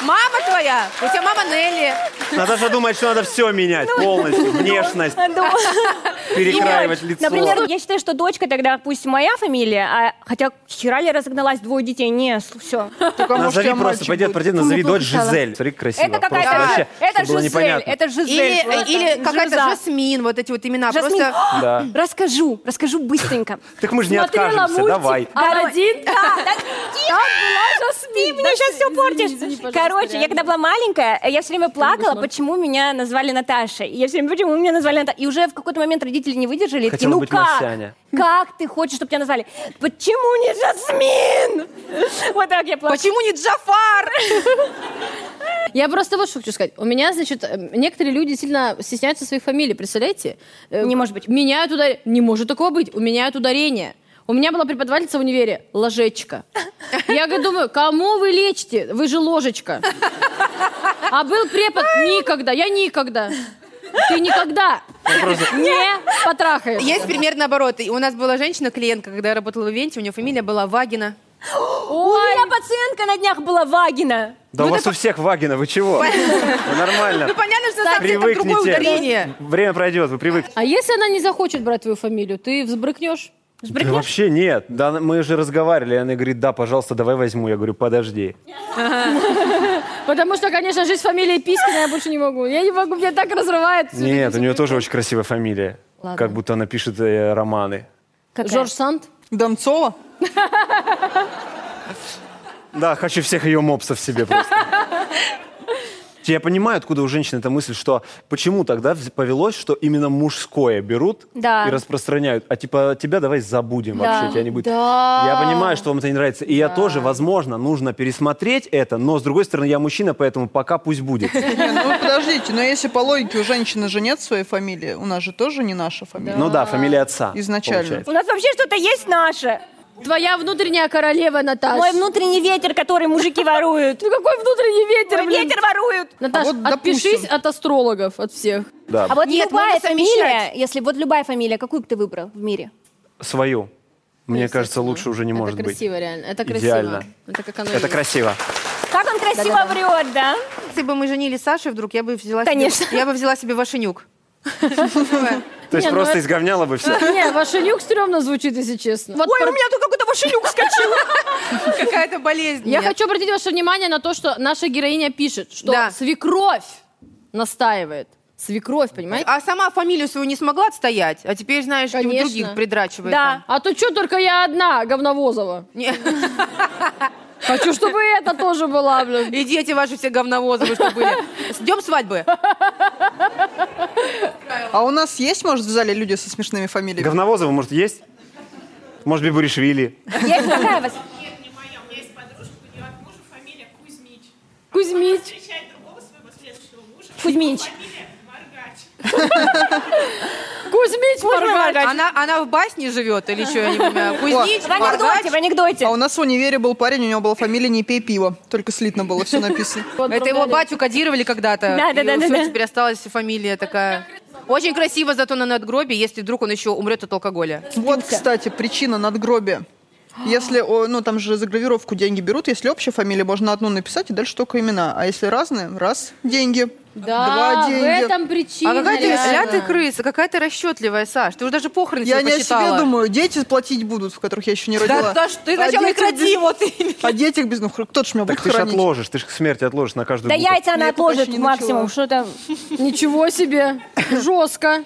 Speaker 3: Мама твоя? У тебя мама Нелли.
Speaker 5: Наташа думает, что надо все менять полностью. Внешность, перекраивать лицо.
Speaker 2: ну, Например, я считаю, что дочка тогда пусть моя фамилия, а хотя вчера я разогналась, двое детей, не, все.
Speaker 4: Только, может,
Speaker 5: Назови
Speaker 4: я
Speaker 5: просто,
Speaker 4: мальчик Ну,
Speaker 5: пойдет,
Speaker 4: буду.
Speaker 5: пройди, назови
Speaker 2: плохо
Speaker 5: дочь
Speaker 2: стало.
Speaker 5: Жизель. Смотри, красиво.
Speaker 2: Это
Speaker 5: просто
Speaker 2: какая-то,
Speaker 5: вообще,
Speaker 2: это
Speaker 5: чтобы было
Speaker 2: Жизель,
Speaker 5: непонятно.
Speaker 2: это Жизель. просто.
Speaker 3: Или, или какая-то
Speaker 2: Жиза.
Speaker 3: Жасмин, вот эти вот имена.
Speaker 2: Жасмин.
Speaker 3: Просто
Speaker 5: Да.
Speaker 2: Расскажу, расскажу быстренько.
Speaker 5: Так мы же не откажемся, давай.
Speaker 1: А, Аладдин?
Speaker 2: Ты мне сейчас все
Speaker 1: извини,
Speaker 2: портишь.
Speaker 1: пожалуйста,
Speaker 2: Короче, я
Speaker 1: реально.
Speaker 2: когда была маленькая, э, я все время плакала, почему меня назвали Наташей. И Я все время, почему меня назвали Наташей. И уже в какой-то момент родители не выдержали. и такие,
Speaker 5: Хотела
Speaker 2: ну
Speaker 5: быть
Speaker 2: как?
Speaker 5: Масяня».
Speaker 2: Как ты хочешь, чтобы тебя назвали? Почему не Жасмин? Вот так я плакала.
Speaker 3: почему не Джафар?
Speaker 1: Я просто вот что хочу сказать. У меня, значит, э, некоторые люди сильно стесняются своих фамилий, представляете? Э,
Speaker 2: Не может быть.
Speaker 1: Меняют ударение. Не может такого быть. У Меняют ударение. У меня была преподавательница в универе Ложечка. Я говорю, думаю, кому вы лечите? Вы же Ложечка. А был препод никогда. Я никогда. Ты никогда не потрахаешь.
Speaker 3: Есть пример наоборот. И У нас была женщина-клиентка, когда я работала в Ивенте, у нее фамилия была Вагина.
Speaker 2: У меня пациентка на днях была Вагина.
Speaker 5: Да у вас у всех вагина, вы чего? Ну, Нормально.
Speaker 3: Ну понятно, что на самом деле там другое
Speaker 5: Привыкните.
Speaker 3: ударение.
Speaker 5: Время пройдет, вы привыкнете.
Speaker 1: А если она не захочет брать твою фамилию, ты взбрыкнешь?
Speaker 5: Да вообще нет. Да, она- мы же разговаривали. Она говорит, да, пожалуйста, давай возьму. Я говорю, подожди.
Speaker 1: Потому что, конечно, жизнь с фамилией Пискина я больше не могу. Я не могу, меня так разрывает. всю
Speaker 5: Нет,
Speaker 1: эту
Speaker 5: у нее
Speaker 1: дискотеку.
Speaker 5: тоже очень красивая фамилия.
Speaker 1: Ладно.
Speaker 5: Как будто она пишет э, романы.
Speaker 1: Жорж Санд?
Speaker 4: Донцова?
Speaker 5: Да, хочу всех ее мопсов себе просто. Я понимаю, откуда у женщины эта мысль, что почему тогда вз- повелось, что именно мужское берут
Speaker 2: Да.
Speaker 5: и распространяют, а типа тебя давай забудем
Speaker 2: Да.
Speaker 5: вообще, тебя не будет.
Speaker 1: Да.
Speaker 5: Я понимаю, что вам это не нравится, и я тоже, возможно, нужно пересмотреть это, но с другой стороны, я мужчина, поэтому пока пусть будет.
Speaker 4: Не, ну подождите, но если по логике у женщины же нет своей фамилии, у нас же тоже не наша фамилия.
Speaker 5: Ну да, фамилия отца.
Speaker 4: Изначально.
Speaker 5: получается.
Speaker 2: У нас вообще что-то есть наше.
Speaker 1: Твоя внутренняя королева, Наташа.
Speaker 2: Мой внутренний ветер, который мужики воруют.
Speaker 1: Ну какой внутренний ветер,
Speaker 2: Мой
Speaker 1: блин?
Speaker 2: ветер ворует.
Speaker 1: Ну, Наташа,
Speaker 4: А вот, допустим.
Speaker 1: отпишись от астрологов, от всех.
Speaker 5: Да.
Speaker 2: А вот
Speaker 3: Нет,
Speaker 2: любая
Speaker 3: надо совмещать.
Speaker 2: фамилия, если вот любая фамилия, какую бы ты выбрал в мире?
Speaker 5: Свою. Мне кажется, лучше уже не
Speaker 1: Это
Speaker 5: может быть.
Speaker 1: красиво, реально. Это красиво.
Speaker 5: Идеально.
Speaker 1: Это как оно
Speaker 5: Это
Speaker 1: есть.
Speaker 5: красиво.
Speaker 2: Как он красиво врет, да?
Speaker 3: Если бы мы женили Сашу вдруг, я бы взяла
Speaker 2: Конечно.
Speaker 3: себе, я бы взяла себе Вашенюк.
Speaker 5: То есть
Speaker 1: Не, ну
Speaker 5: просто
Speaker 1: это-
Speaker 5: изговняла бы все.
Speaker 1: Не, вашенюк стрёмно звучит, если честно. Вот про-
Speaker 2: меня тут какой-то вашенюк скачал.
Speaker 3: Какая-то болезнь.
Speaker 1: Я
Speaker 3: Нет.
Speaker 1: хочу обратить ваше внимание на то, что наша героиня пишет, что
Speaker 3: Да.
Speaker 1: свекровь настаивает. Свекровь, понимаете?
Speaker 3: А сама фамилию свою не смогла отстоять, а теперь, знаешь, и у
Speaker 1: Конечно.
Speaker 3: других придрачивает.
Speaker 2: Да.
Speaker 1: А то что только я одна, говновозова?
Speaker 3: там. Не.
Speaker 1: Хочу, чтобы это тоже была, блин.
Speaker 3: Иди эти ваши все говновозы, вы что были. Ждем свадьбы.
Speaker 4: А у нас есть, может, в зале люди со смешными фамилиями?
Speaker 5: Говновозова, может, есть? Может, Бибуришвили?
Speaker 2: Есть такая вас?
Speaker 6: Нет, не моя. У меня есть подружка, у нее от мужа фамилия Кузьмич. Она
Speaker 1: Кузьмич.
Speaker 6: встречает другого своего следующего мужа.
Speaker 2: Кузьмич.
Speaker 6: Фамилия Маргач.
Speaker 1: Кузьмич, Маргарита.
Speaker 3: Она, она в басне живет или что, я не понимаю. Кузнич,
Speaker 2: В анекдоте, в
Speaker 3: Маргач.
Speaker 4: А
Speaker 2: анекдоте.
Speaker 4: у нас в универе был парень, у него была фамилия «Не пей пиво», только слитно было все написано.
Speaker 1: Вот
Speaker 3: Это его
Speaker 1: другая
Speaker 3: батю кодировали когда-то.
Speaker 2: Да, да,
Speaker 3: И
Speaker 2: да,
Speaker 3: у
Speaker 2: да,
Speaker 3: всё,
Speaker 2: да.
Speaker 3: Теперь осталась фамилия такая. Очень красиво зато на надгробии, если вдруг он еще умрет от алкоголя.
Speaker 4: Вот, кстати, причина надгробия. Если, о, ну там же за гравировку деньги берут, если общая фамилия, можно одну написать и дальше только имена. А если разные, раз, деньги,
Speaker 1: Да,
Speaker 4: два, деньги.
Speaker 1: в этом причина.
Speaker 3: А какая ты,
Speaker 1: реально.
Speaker 3: а ты крыса, какая ты расчетливая, Саш. Ты уже даже похороны
Speaker 4: Я
Speaker 3: себе
Speaker 4: не о себе
Speaker 3: посчитала.
Speaker 4: думаю, дети платить будут, в которых я еще не
Speaker 3: Да,
Speaker 4: родила.
Speaker 3: Саш, ты
Speaker 4: А
Speaker 3: сначала их
Speaker 4: детям без-
Speaker 3: роди, вот именно.
Speaker 4: О детях без... Ну, хр- кто ж меня
Speaker 5: Так
Speaker 4: будет
Speaker 5: ты же
Speaker 4: хоронить?
Speaker 5: отложишь, ты же к смерти отложишь на каждую
Speaker 2: Да
Speaker 5: букву.
Speaker 2: яйца она
Speaker 4: Я пока
Speaker 2: отложит
Speaker 4: еще не
Speaker 2: максимум,
Speaker 4: начала.
Speaker 2: что-то.
Speaker 1: Ничего себе. Жестко.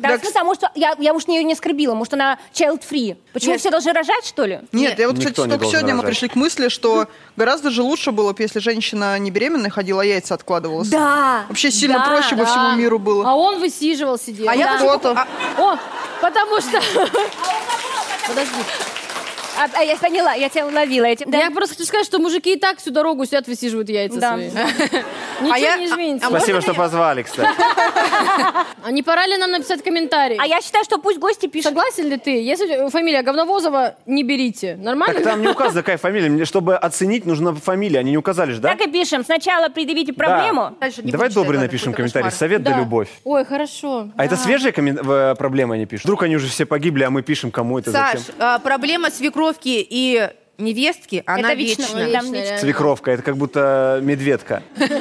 Speaker 2: Да, в смысле, а может, я, я уж ее не скорбила, может, она child-free. Почему
Speaker 3: Нет.
Speaker 2: все должны рожать, что ли?
Speaker 4: Нет, я вот,
Speaker 5: Никто
Speaker 4: кстати,
Speaker 5: не
Speaker 4: только
Speaker 5: должен
Speaker 4: сегодня мы
Speaker 5: рожать.
Speaker 4: пришли к мысли, что гораздо же лучше было бы, если женщина не беременная ходила, а яйца откладывалась.
Speaker 2: Да.
Speaker 4: Вообще сильно
Speaker 2: Да,
Speaker 4: проще бы
Speaker 2: да.
Speaker 4: всему миру было.
Speaker 1: А он высиживал, сидел.
Speaker 3: А я
Speaker 1: Да.
Speaker 3: хочу-
Speaker 4: Кто-то.
Speaker 3: а-
Speaker 1: О, потому что... Подожди.
Speaker 2: А, а я поняла, я тебя уловила этим. Да.
Speaker 1: Я просто хочу сказать, что мужики и так всю дорогу сидят, высиживают яйца
Speaker 2: Да.
Speaker 1: свои. Ничего
Speaker 3: я-
Speaker 1: не
Speaker 3: а-
Speaker 1: изменится.
Speaker 3: а вот-
Speaker 5: Спасибо,
Speaker 3: можно
Speaker 5: что
Speaker 3: я-
Speaker 5: позвали, кстати.
Speaker 1: А не пора ли нам написать комментарий?
Speaker 2: А я считаю, что пусть гости пишут.
Speaker 1: Согласен ли ты? Если э, фамилия Говновозова, не берите. Нормально?
Speaker 5: Так там не указана какая фамилия. Мне, чтобы оценить, нужна фамилия. Они не указали же, да?
Speaker 2: Так и пишем. Сначала предъявите проблему.
Speaker 3: Дальше не
Speaker 5: Давай
Speaker 3: буду читать,
Speaker 5: добрый
Speaker 3: ладно,
Speaker 5: напишем
Speaker 3: какой-то
Speaker 5: комментарий.
Speaker 3: кошмар.
Speaker 5: Совет да
Speaker 1: Да.
Speaker 5: любовь.
Speaker 1: Ой, хорошо.
Speaker 5: А это свежие коммен- в- э, проблемы они пишут? Вдруг они уже все погибли, а мы пишем, кому это,
Speaker 3: Саш,
Speaker 5: зачем?
Speaker 3: а, проблема свекровки и невестки, она
Speaker 2: Это вечно.
Speaker 3: вечная.
Speaker 2: Там
Speaker 7: Вечно,
Speaker 2: вечно.
Speaker 7: реально.
Speaker 5: Свекровка, это как будто медведка.
Speaker 1: типа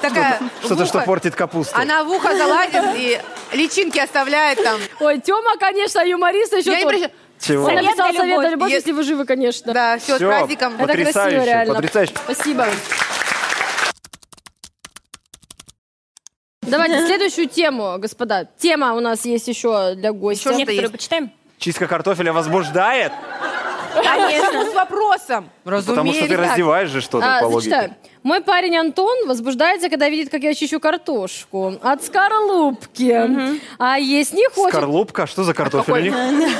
Speaker 3: Такая в
Speaker 5: Что-то, что
Speaker 3: ухо-
Speaker 5: портит капусту.
Speaker 3: Она в ухо залазит и личинки оставляет там.
Speaker 1: Ой, Тёма, конечно, юморист еще
Speaker 3: Я не
Speaker 1: тот.
Speaker 3: прощаю.
Speaker 5: Чего?
Speaker 1: Он написал
Speaker 2: Совет да
Speaker 1: совет
Speaker 2: любовь».
Speaker 1: на любовь,
Speaker 3: Е-
Speaker 1: если вы живы, конечно.
Speaker 3: Да, все, с
Speaker 5: Всё,
Speaker 3: праздником.
Speaker 1: Это красиво,
Speaker 5: Потрясающе,
Speaker 1: реально.
Speaker 5: потрясающе.
Speaker 1: Спасибо. Давайте следующую тему, господа. Тема у нас есть еще для гостя.
Speaker 3: Ещё
Speaker 2: Некоторые
Speaker 3: есть.
Speaker 2: почитаем?
Speaker 5: Чистка картофеля возбуждает,
Speaker 3: Конечно, с вопросом.
Speaker 5: потому что ты раздеваешь же что-то
Speaker 1: А,
Speaker 5: по
Speaker 1: зачитаю.
Speaker 5: логике.
Speaker 1: Мой парень Антон возбуждается, когда видит, как я чищу картошку от скорлупки. А есть не хочет.
Speaker 5: Скорлупка? Что за картофель? у
Speaker 3: А Какой?
Speaker 5: них?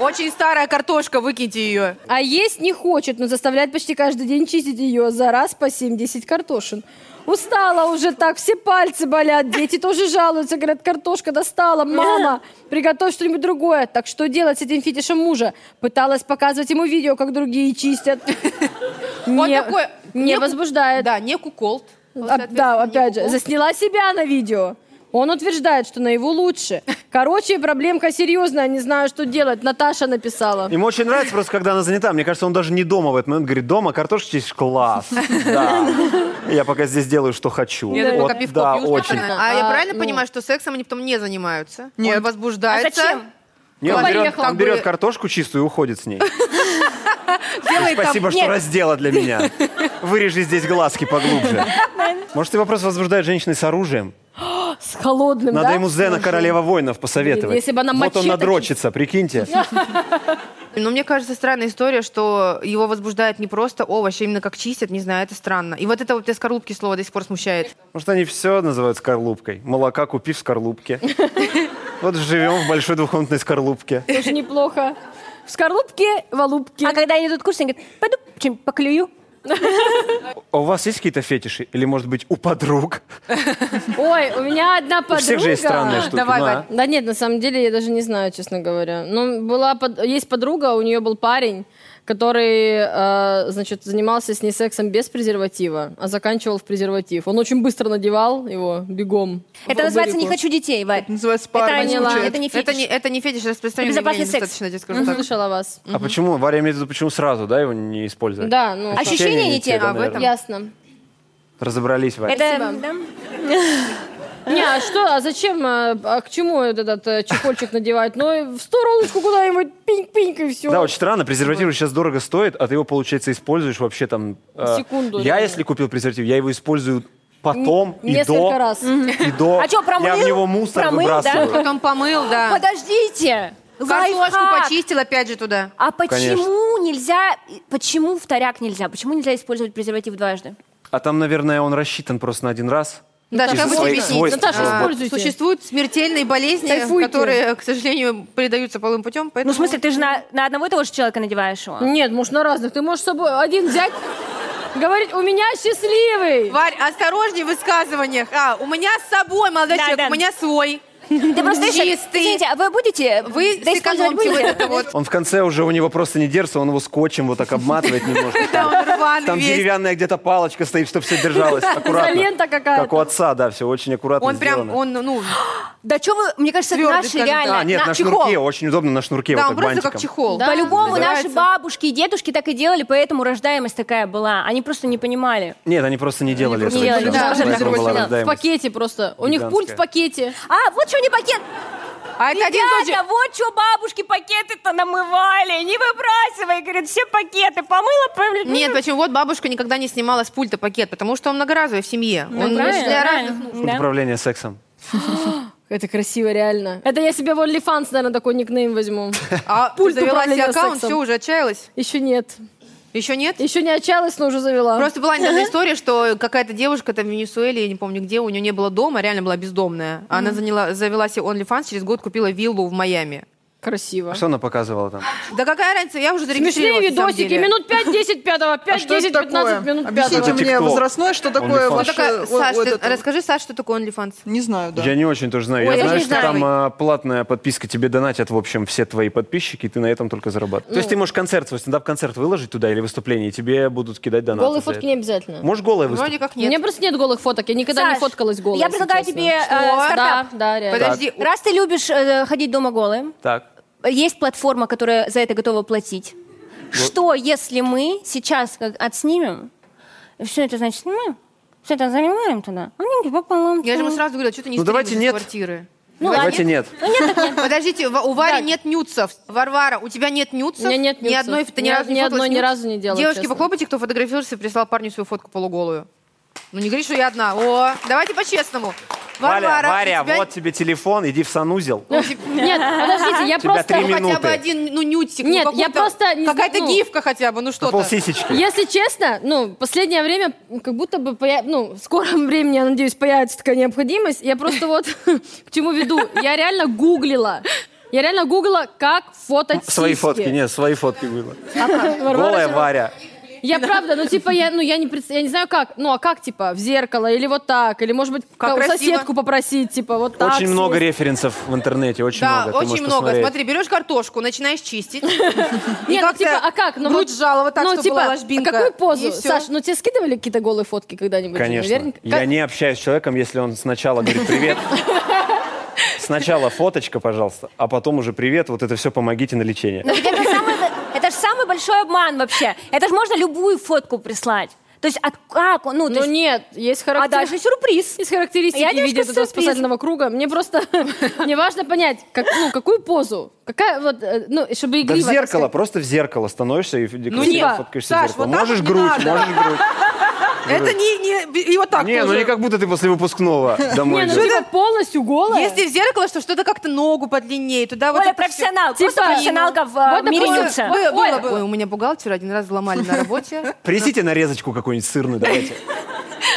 Speaker 3: Очень старая картошка, выкиньте ее.
Speaker 1: А есть не хочет, но заставляет почти каждый день чистить ее за раз по 70 картошин. Устала уже так, все пальцы болят, дети тоже жалуются, говорят, картошка достала, мама, приготовь что-нибудь другое. Так что делать с этим фетишем мужа? Пыталась показывать ему видео, как другие чистят.
Speaker 3: Он
Speaker 1: Не-
Speaker 3: такой,
Speaker 1: Не
Speaker 3: не-
Speaker 1: возбуждает.
Speaker 3: Да, не куколт.
Speaker 1: А, да, опять же, засняла себя на видео. Он утверждает, что на его лучше. Короче, проблемка серьезная, не знаю, что делать. Наташа написала.
Speaker 5: Ему очень нравится просто, когда она занята. Мне кажется, он даже не дома в этот момент. Говорит, дома картошка чистишь? Класс. Да. Я пока здесь делаю, что хочу.
Speaker 3: Я
Speaker 5: Вот,
Speaker 3: пока пивко
Speaker 5: Да,
Speaker 3: пью,
Speaker 5: очень.
Speaker 3: А, я
Speaker 1: А,
Speaker 3: правильно
Speaker 1: ну.
Speaker 3: понимаю, что сексом они потом не занимаются?
Speaker 4: Нет.
Speaker 3: Он возбуждается.
Speaker 2: А зачем?
Speaker 5: Не, он
Speaker 3: Поехал
Speaker 5: берет, он
Speaker 3: бы.
Speaker 5: берет картошку чистую и уходит с ней.
Speaker 3: Делает там-
Speaker 5: Спасибо, что
Speaker 2: нет.
Speaker 5: раздела для меня. Вырежи здесь глазки поглубже. Может, и вопрос возбуждает женщины с оружием?
Speaker 1: С холодным,
Speaker 5: Надо
Speaker 1: да?
Speaker 5: ему Зена, королева воинов, посоветовать.
Speaker 1: Блин, если бы она
Speaker 5: вот он
Speaker 1: мачете
Speaker 5: надрочится, прикиньте.
Speaker 3: Ну, мне кажется, странная история, что его возбуждает не просто овощи, а именно как чистят, не знаю, это странно. И вот это вот из скорлупки слово до сих пор смущает.
Speaker 5: Может, они все называют скорлупкой. Молока купи в скорлупке. Вот живем в большой двухкомнатной скорлупке.
Speaker 1: Тоже неплохо. В скорлупке, в олубке.
Speaker 2: А когда они идут курсы, они говорят, пойду что-нибудь поклюю.
Speaker 5: А у вас есть какие-то фетиши? Или, может быть, у подруг?
Speaker 1: Ой, у меня одна подруга...
Speaker 5: У всех же есть странные штуки.
Speaker 3: Давай,
Speaker 5: ну, а?
Speaker 3: Вань.
Speaker 1: Да нет, на самом деле я даже не знаю, честно говоря. Ну, была под- есть подруга, у нее был парень, который, э, значит, занимался с ней сексом без презерватива, а заканчивал в презерватив. Он очень быстро надевал его бегом.
Speaker 2: Это
Speaker 1: в
Speaker 2: называется «не
Speaker 1: барику.
Speaker 2: хочу детей», Варь.
Speaker 4: Называется
Speaker 2: Это,
Speaker 4: пара.
Speaker 2: они-
Speaker 1: поняла.
Speaker 2: это не фетиш.
Speaker 3: Это не, это не фетиш, распространение
Speaker 2: Это безопасный
Speaker 3: мнений
Speaker 2: секс.
Speaker 3: достаточно, я тебе скажу так.
Speaker 1: Слышала вас.
Speaker 5: А почему? Варя имеет в виду, почему сразу, да, его не использовать?
Speaker 1: Да, ну,
Speaker 2: Ощущ- Ощущения не те,
Speaker 5: да,
Speaker 3: а в
Speaker 5: наверное.
Speaker 3: этом-
Speaker 1: ясно.
Speaker 5: Разобрались, Варя.
Speaker 2: Это, да.
Speaker 1: Не, а что, а зачем, а, а к чему этот э, чехольчик надевать? Ну, и в стороночку куда-нибудь, пинь-пинь, и все.
Speaker 5: Да, очень странно, презерватив сейчас дорого стоит, а ты его, получается, используешь вообще там... э,
Speaker 1: Секунду,
Speaker 5: Я,
Speaker 1: да.
Speaker 5: если купил презерватив, я его использую потом и
Speaker 1: Несколько
Speaker 5: до...
Speaker 1: раз.
Speaker 5: И до...
Speaker 2: А чё, промыл?
Speaker 5: Я в него мусор
Speaker 2: Промыл, да?
Speaker 5: выбрасываю.
Speaker 3: Потом помыл, да.
Speaker 2: Подождите!
Speaker 3: Картошку
Speaker 2: Лайфхак!
Speaker 3: почистил опять же туда.
Speaker 2: А почему нельзя, почему вторяк нельзя? Почему нельзя использовать презерватив дважды?
Speaker 5: А там, наверное, он рассчитан просто на один раз.
Speaker 2: Ну,
Speaker 3: Наташа, Ну,
Speaker 5: Чисто
Speaker 3: как бы
Speaker 5: свои
Speaker 3: объяснить?
Speaker 5: свойства.
Speaker 1: Наташа,
Speaker 5: А,
Speaker 1: используйте.
Speaker 3: Существуют смертельные болезни,
Speaker 1: Кайфуйте.
Speaker 3: которые, к сожалению, передаются полым путем.
Speaker 2: Ну,
Speaker 3: Поэтому...
Speaker 2: в смысле, ты же на, на одного и того же человека надеваешь его.
Speaker 1: Нет, может, на разных. Ты можешь с собой один взять, говорить, у меня счастливый.
Speaker 3: Варь, осторожней в высказываниях. А, у меня с собой, молодой
Speaker 2: Да,
Speaker 3: человек,
Speaker 2: да.
Speaker 3: у меня свой.
Speaker 2: Ты просто видишь,
Speaker 3: Чистый.
Speaker 2: извините, а вы будете
Speaker 3: Вы
Speaker 2: да, использовать
Speaker 3: сэкономьте вот
Speaker 2: будете?
Speaker 3: это вот.
Speaker 5: Он в конце уже у него просто не держится, он его скотчем вот так обматывает немножко.
Speaker 3: Да, он рваный
Speaker 5: Там
Speaker 3: весь.
Speaker 5: деревянная где-то палочка стоит, чтобы все держалось аккуратно.
Speaker 1: Изолента какая-то.
Speaker 5: Как у отца, да, все очень аккуратно
Speaker 3: Он прям,
Speaker 5: сделано.
Speaker 3: он, ну,
Speaker 2: Да что вы, мне кажется, это
Speaker 3: Твёрдый,
Speaker 2: наши
Speaker 3: скажем,
Speaker 2: реально.
Speaker 5: А, нет, на,
Speaker 2: чехол.
Speaker 5: шнурке, очень удобно на шнурке,
Speaker 3: да,
Speaker 5: вот
Speaker 3: он
Speaker 5: так
Speaker 3: просто
Speaker 5: бантиком.
Speaker 3: как чехол.
Speaker 1: Да.
Speaker 2: По-любому наши
Speaker 3: Называется.
Speaker 2: бабушки и дедушки так и делали, поэтому рождаемость такая была. Они просто не понимали.
Speaker 5: Нет, они просто не делали
Speaker 2: просто
Speaker 5: этого.
Speaker 2: не делали,
Speaker 5: всё,
Speaker 2: да,
Speaker 5: поэтому
Speaker 2: презерватив,
Speaker 5: была
Speaker 2: да.
Speaker 1: В
Speaker 5: рождаемость.
Speaker 1: пакете просто. У них пульт в
Speaker 5: Гигантская.
Speaker 1: пакете.
Speaker 2: А, вот что не пакет.
Speaker 3: А это один и тот
Speaker 2: Ребята,
Speaker 3: же...
Speaker 2: вот что бабушки пакеты-то намывали. Не выбрасывай, говорит, все пакеты. Помыла, помыла.
Speaker 3: Нет, почему? Вот бабушка никогда не снимала с пульта пакет, потому что он многоразовый в семье.
Speaker 1: Ну,
Speaker 3: Он для разных
Speaker 5: Пульт Управление сексом.
Speaker 1: Это красиво, реально. Это я себе в OnlyFans, наверное, такой никнейм возьму.
Speaker 3: А
Speaker 1: Пульт
Speaker 3: ты завела себе
Speaker 1: управления
Speaker 3: аккаунт,
Speaker 1: сексом.
Speaker 3: все, уже отчаялась?
Speaker 1: Еще нет.
Speaker 3: Еще нет?
Speaker 1: Еще не отчаялась, но уже завела.
Speaker 3: Просто была недавно история, что какая-то девушка там в Венесуэле, я не помню где, у нее не было дома, реально была бездомная. Она заняла, завела себе OnlyFans, через год купила виллу в Майами.
Speaker 1: красиво.
Speaker 5: А что она показывала там?
Speaker 3: Да какая разница, я уже
Speaker 1: Смешные
Speaker 3: зарегистрировалась. на самом
Speaker 1: видосики.
Speaker 3: деле.
Speaker 1: Минут 5-10 пятого, 5-10, 15 минут
Speaker 4: Объясните
Speaker 1: пятого.
Speaker 4: типа,
Speaker 5: пятого.
Speaker 4: мне,
Speaker 5: Тикток.
Speaker 4: возрастное, что такое
Speaker 5: OnlyFans.
Speaker 3: Ну,
Speaker 4: ваше...
Speaker 3: такая,
Speaker 4: о-
Speaker 3: Саш,
Speaker 4: вот
Speaker 3: ты-
Speaker 4: это вот?
Speaker 3: расскажи, Саш, что такое OnlyFans.
Speaker 4: Не знаю, да.
Speaker 5: Я не очень тоже знаю.
Speaker 3: Ой, я
Speaker 5: я знаю,
Speaker 3: тоже
Speaker 5: что
Speaker 3: не знаю.
Speaker 5: там а, платная подписка, тебе донатят, в общем, все твои подписчики, и ты на этом только зарабатываешь. То есть ты можешь концерт, свой стендап-концерт выложить туда или выступление, и тебе будут кидать донаты.
Speaker 1: Голые
Speaker 5: за
Speaker 1: фотки
Speaker 5: это.
Speaker 1: не обязательно.
Speaker 5: Можешь голое выступить.
Speaker 3: Вроде как
Speaker 1: У меня
Speaker 3: нет.
Speaker 1: просто нет голых фоток. Я никогда не
Speaker 2: Саш,
Speaker 1: фоткалась голой.
Speaker 2: Я предлагаю
Speaker 1: если
Speaker 2: тебе э,
Speaker 1: честно.
Speaker 2: стартап.
Speaker 1: Да, да, реально.
Speaker 3: Подожди, у-
Speaker 2: Раз ты любишь э, ходить дома голым,
Speaker 5: Так.
Speaker 2: есть платформа, которая за это готова платить. Что, если мы сейчас как отснимем, все это, значит, снимаем, все это занимаем туда, а деньги пополам.
Speaker 3: Я же ему сразу говорила, что ты не
Speaker 5: Ну, давайте
Speaker 3: стримишь из
Speaker 5: нет.
Speaker 3: квартиры.
Speaker 2: Ну,
Speaker 5: Давайте
Speaker 2: ладно.
Speaker 5: нет.
Speaker 2: Ну, нет, так нет.
Speaker 3: Подождите, Ва- у Вари нет нюцев. Варвара, у тебя нет нюцев?
Speaker 1: У меня нет
Speaker 3: Ни
Speaker 1: нюцев.
Speaker 3: одной, ты ни
Speaker 1: Ни-
Speaker 3: разу не
Speaker 1: ни
Speaker 3: фоткалась
Speaker 1: одной ни
Speaker 3: нюц?
Speaker 1: разу не делала,
Speaker 3: Девушки,
Speaker 1: честно.
Speaker 3: похлопайте, кто фотографировался и прислал парню свою фотку полуголую. Ну не говори, что я одна. О, давайте по-честному. Варвара, у
Speaker 5: Варя, Варя,
Speaker 3: тебя- Ну,
Speaker 5: вот тебе телефон, иди в санузел.
Speaker 3: у тебя-
Speaker 1: Нет, подождите, я
Speaker 5: Тебя три
Speaker 1: просто...
Speaker 5: минуты.
Speaker 3: хотя бы один, ну, нюцик. ну,
Speaker 1: Нет, я
Speaker 3: какой-то-
Speaker 1: просто не
Speaker 3: Какая-то
Speaker 1: знаю, ну.
Speaker 3: гифка хотя бы, ну что-то.
Speaker 5: Пол сисечки.
Speaker 1: Если честно, ну, последнее время, как будто бы, поя- ну, в скором времени, я надеюсь, появится такая необходимость. Я просто вот к чему веду. Я реально гуглила. Я реально гуглила, как фотать
Speaker 5: Свои
Speaker 1: сиськи.
Speaker 5: фотки, нет, свои фотки было.
Speaker 1: Варвара
Speaker 5: Голая
Speaker 1: Жирова.
Speaker 5: Варя.
Speaker 1: Я правда, ну типа я, ну я не представ- я не знаю как, ну а как типа в зеркало или вот так, или может быть ка-
Speaker 3: Как красиво.
Speaker 1: соседку попросить типа вот так.
Speaker 5: Очень много
Speaker 1: съесть.
Speaker 5: референсов в интернете, очень
Speaker 3: Да,
Speaker 5: много. Ты
Speaker 3: очень
Speaker 5: можешь
Speaker 3: много.
Speaker 5: посмотреть.
Speaker 3: Смотри, берешь картошку, начинаешь чистить.
Speaker 1: Нет, ну типа, а как? Ну,
Speaker 3: грудь
Speaker 1: вот-
Speaker 3: сжала вот так,
Speaker 1: ну,
Speaker 3: чтобы
Speaker 1: типа,
Speaker 3: была ложбинка.
Speaker 1: а какую позу?
Speaker 3: И всё.
Speaker 1: Саш, ну тебе скидывали какие-то голые фотки когда-нибудь?
Speaker 5: Конечно.
Speaker 1: Наверняка.
Speaker 5: Я не общаюсь с человеком, если он сначала говорит «привет». Сначала фоточка, пожалуйста, а потом уже «привет», вот это все помогите на лечение.
Speaker 2: Так Это, самый, это же самый большой обман вообще. Это же можно любую фотку прислать. То есть от как, он- ну, то
Speaker 1: Ну
Speaker 2: есть-
Speaker 1: нет, есть
Speaker 2: а
Speaker 1: характер...
Speaker 2: дальше сюрприз.
Speaker 1: Из характеристики
Speaker 2: Я девочка
Speaker 1: вида
Speaker 2: с
Speaker 1: этого
Speaker 2: сюрпризом.
Speaker 1: спасательного круга. Мне просто мне важно понять, как, ну, какую позу, какая вот, э, ну, чтобы
Speaker 5: Да в
Speaker 1: игриво. так
Speaker 5: зеркало,
Speaker 1: сказать.
Speaker 5: просто в зеркало становишься и
Speaker 1: нет.
Speaker 5: красиво фоткаешься в
Speaker 3: Ну, типа, Саш,
Speaker 5: зеркало.
Speaker 3: вот так
Speaker 5: Можешь
Speaker 3: вот не
Speaker 5: грудь,
Speaker 3: надо.
Speaker 5: можешь грудь.
Speaker 3: Это не, не, и вот так
Speaker 5: Не, ну
Speaker 3: тоже.
Speaker 5: не как будто ты после выпускного
Speaker 1: Не,
Speaker 5: домой
Speaker 1: ну
Speaker 5: идёшь.
Speaker 1: типа полностью голая.
Speaker 3: Если в зеркало, что что-то как-то ногу подлиннее, туда вот это
Speaker 2: Оля
Speaker 3: всё.
Speaker 2: профессионал, просто
Speaker 1: Типа,
Speaker 2: профессионалка в э,
Speaker 1: вот
Speaker 2: мире
Speaker 1: такое-
Speaker 2: нюдса.
Speaker 3: Было, было,
Speaker 1: Оля.
Speaker 3: было. Ой, у меня бухгалтер один раз взломали на работе.
Speaker 5: Принесите нарезочку какую-нибудь сырную, давайте.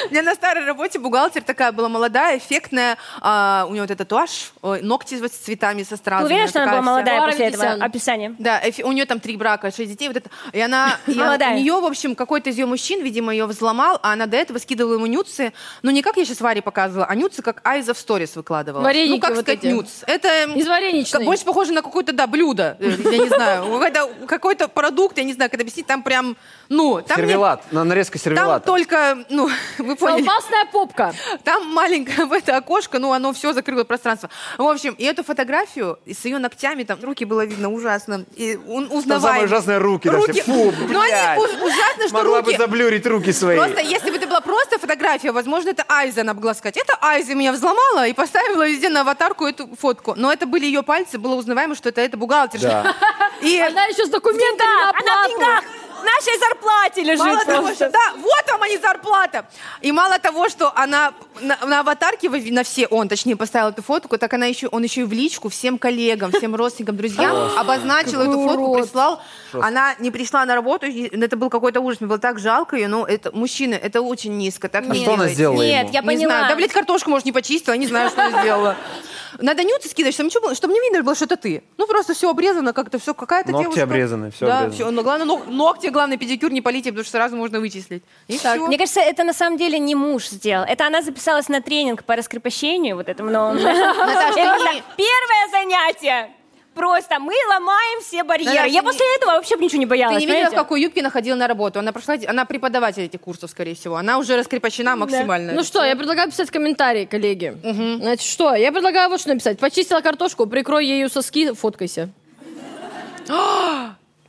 Speaker 3: У меня на старой работе бухгалтер такая была молодая, эффектная. а, у нее вот этот татуаж, ой, ногти вот с цветами со
Speaker 2: Ты
Speaker 3: стразами.
Speaker 2: уверена, что она
Speaker 3: такая
Speaker 2: была
Speaker 3: вся.
Speaker 2: молодая
Speaker 1: Лара
Speaker 2: после этого
Speaker 1: Митисян.
Speaker 2: описания?
Speaker 3: Да, эфи- у нее там три брака, шесть детей, вот это. И она, и она-
Speaker 2: Молодая.
Speaker 3: у нее, в общем, какой-то из ее мужчин, видимо, ее взломал, а она до этого скидывала ему нюцы, ну не как я сейчас Варе показывала, а нюцы как Айза в сторис выкладывала.
Speaker 1: Вареники
Speaker 3: ну как
Speaker 1: вот
Speaker 3: сказать
Speaker 1: эти.
Speaker 3: нюц? Это м,
Speaker 1: Из вареничной.
Speaker 3: как- больше похоже на какое-то да блюдо, Э, я не знаю, Какой-то- какой-то продукт, я не знаю, как это объяснить, там прям, ну там не-
Speaker 5: Сервелат, на нарезка
Speaker 3: Там
Speaker 5: сервелата.
Speaker 3: только, ну, вы поняли.
Speaker 1: Колбасная попка.
Speaker 3: Там маленькое в это окошко, ну, оно все закрыло пространство. В общем, и эту фотографию и с ее ногтями, там руки было видно ужасно. И он
Speaker 5: Там
Speaker 3: узнаваемый.
Speaker 5: самые ужасные руки. да,
Speaker 3: Руки.
Speaker 5: все. Фу,
Speaker 3: Ну, они
Speaker 5: блядь.
Speaker 3: у- ужасно, что
Speaker 5: Могла бы
Speaker 3: руки.
Speaker 5: заблюрить руки свои.
Speaker 3: Просто, если бы это была просто фотография, возможно, это Айза, она бы могла сказать, это Айза меня взломала и поставила везде на аватарку эту фотку. Но это были ее пальцы, было узнаваемо, что это, это бухгалтерша.
Speaker 5: Да.
Speaker 3: И
Speaker 1: Она еще с документами на
Speaker 2: Она в деньгах
Speaker 1: оплату.
Speaker 2: в нашей зарплате лежит
Speaker 3: Мало того,
Speaker 2: просто.
Speaker 3: что, да, вот вам они зарплата. И мало того, что она на, на аватарке, вы- на все, он, точнее, поставил эту фотку, так она еще, он еще и в личку всем коллегам, всем родственникам, друзьям обозначил эту
Speaker 1: какой
Speaker 3: фотку,
Speaker 1: урод.
Speaker 3: прислал. Она не пришла на работу, и это был какой-то ужас, мне было так жалко ее, но это, мужчины, это очень низко, так
Speaker 5: А
Speaker 3: не
Speaker 5: что она
Speaker 3: делайте.
Speaker 5: сделала
Speaker 2: Нет,
Speaker 5: ему?
Speaker 3: Не
Speaker 2: я
Speaker 3: знаю,
Speaker 2: поняла.
Speaker 3: да, блядь, картошку, может, не почистила, не знаю, что я сделала. Надо нюцы скидывать, чтобы, ничего было, чтобы не видно было, что это ты. Ну, просто все обрезано, как-то все какая-то
Speaker 5: Ногти
Speaker 3: девушка.
Speaker 5: обрезаны, всё
Speaker 3: Да,
Speaker 5: обрезано.
Speaker 3: всё. Но главное, ног- ногти, главное, педикюр не полите, потому что сразу можно вычислить. И всё.
Speaker 2: Мне кажется, это на самом деле не муж сделал. Это она записалась на тренинг по раскрепощению вот этому новому. И просто
Speaker 3: ты-
Speaker 2: Первое занятие. Просто мы ломаем все барьеры.
Speaker 3: Наташа,
Speaker 2: Я
Speaker 3: ты
Speaker 2: после этого вообще бы ничего не
Speaker 3: Ты
Speaker 2: боялась.
Speaker 3: не видела, в
Speaker 2: понимаете?
Speaker 3: какой юбке находила на работу? Она прошла, она преподаватель этих курсов, скорее всего. Она уже раскрепощена максимально.
Speaker 1: Ну что, я предлагаю писать комментарии, коллеги. Значит, что? Я предлагаю вот что написать. Почистила картошку, прикрой ею соски, фоткайся.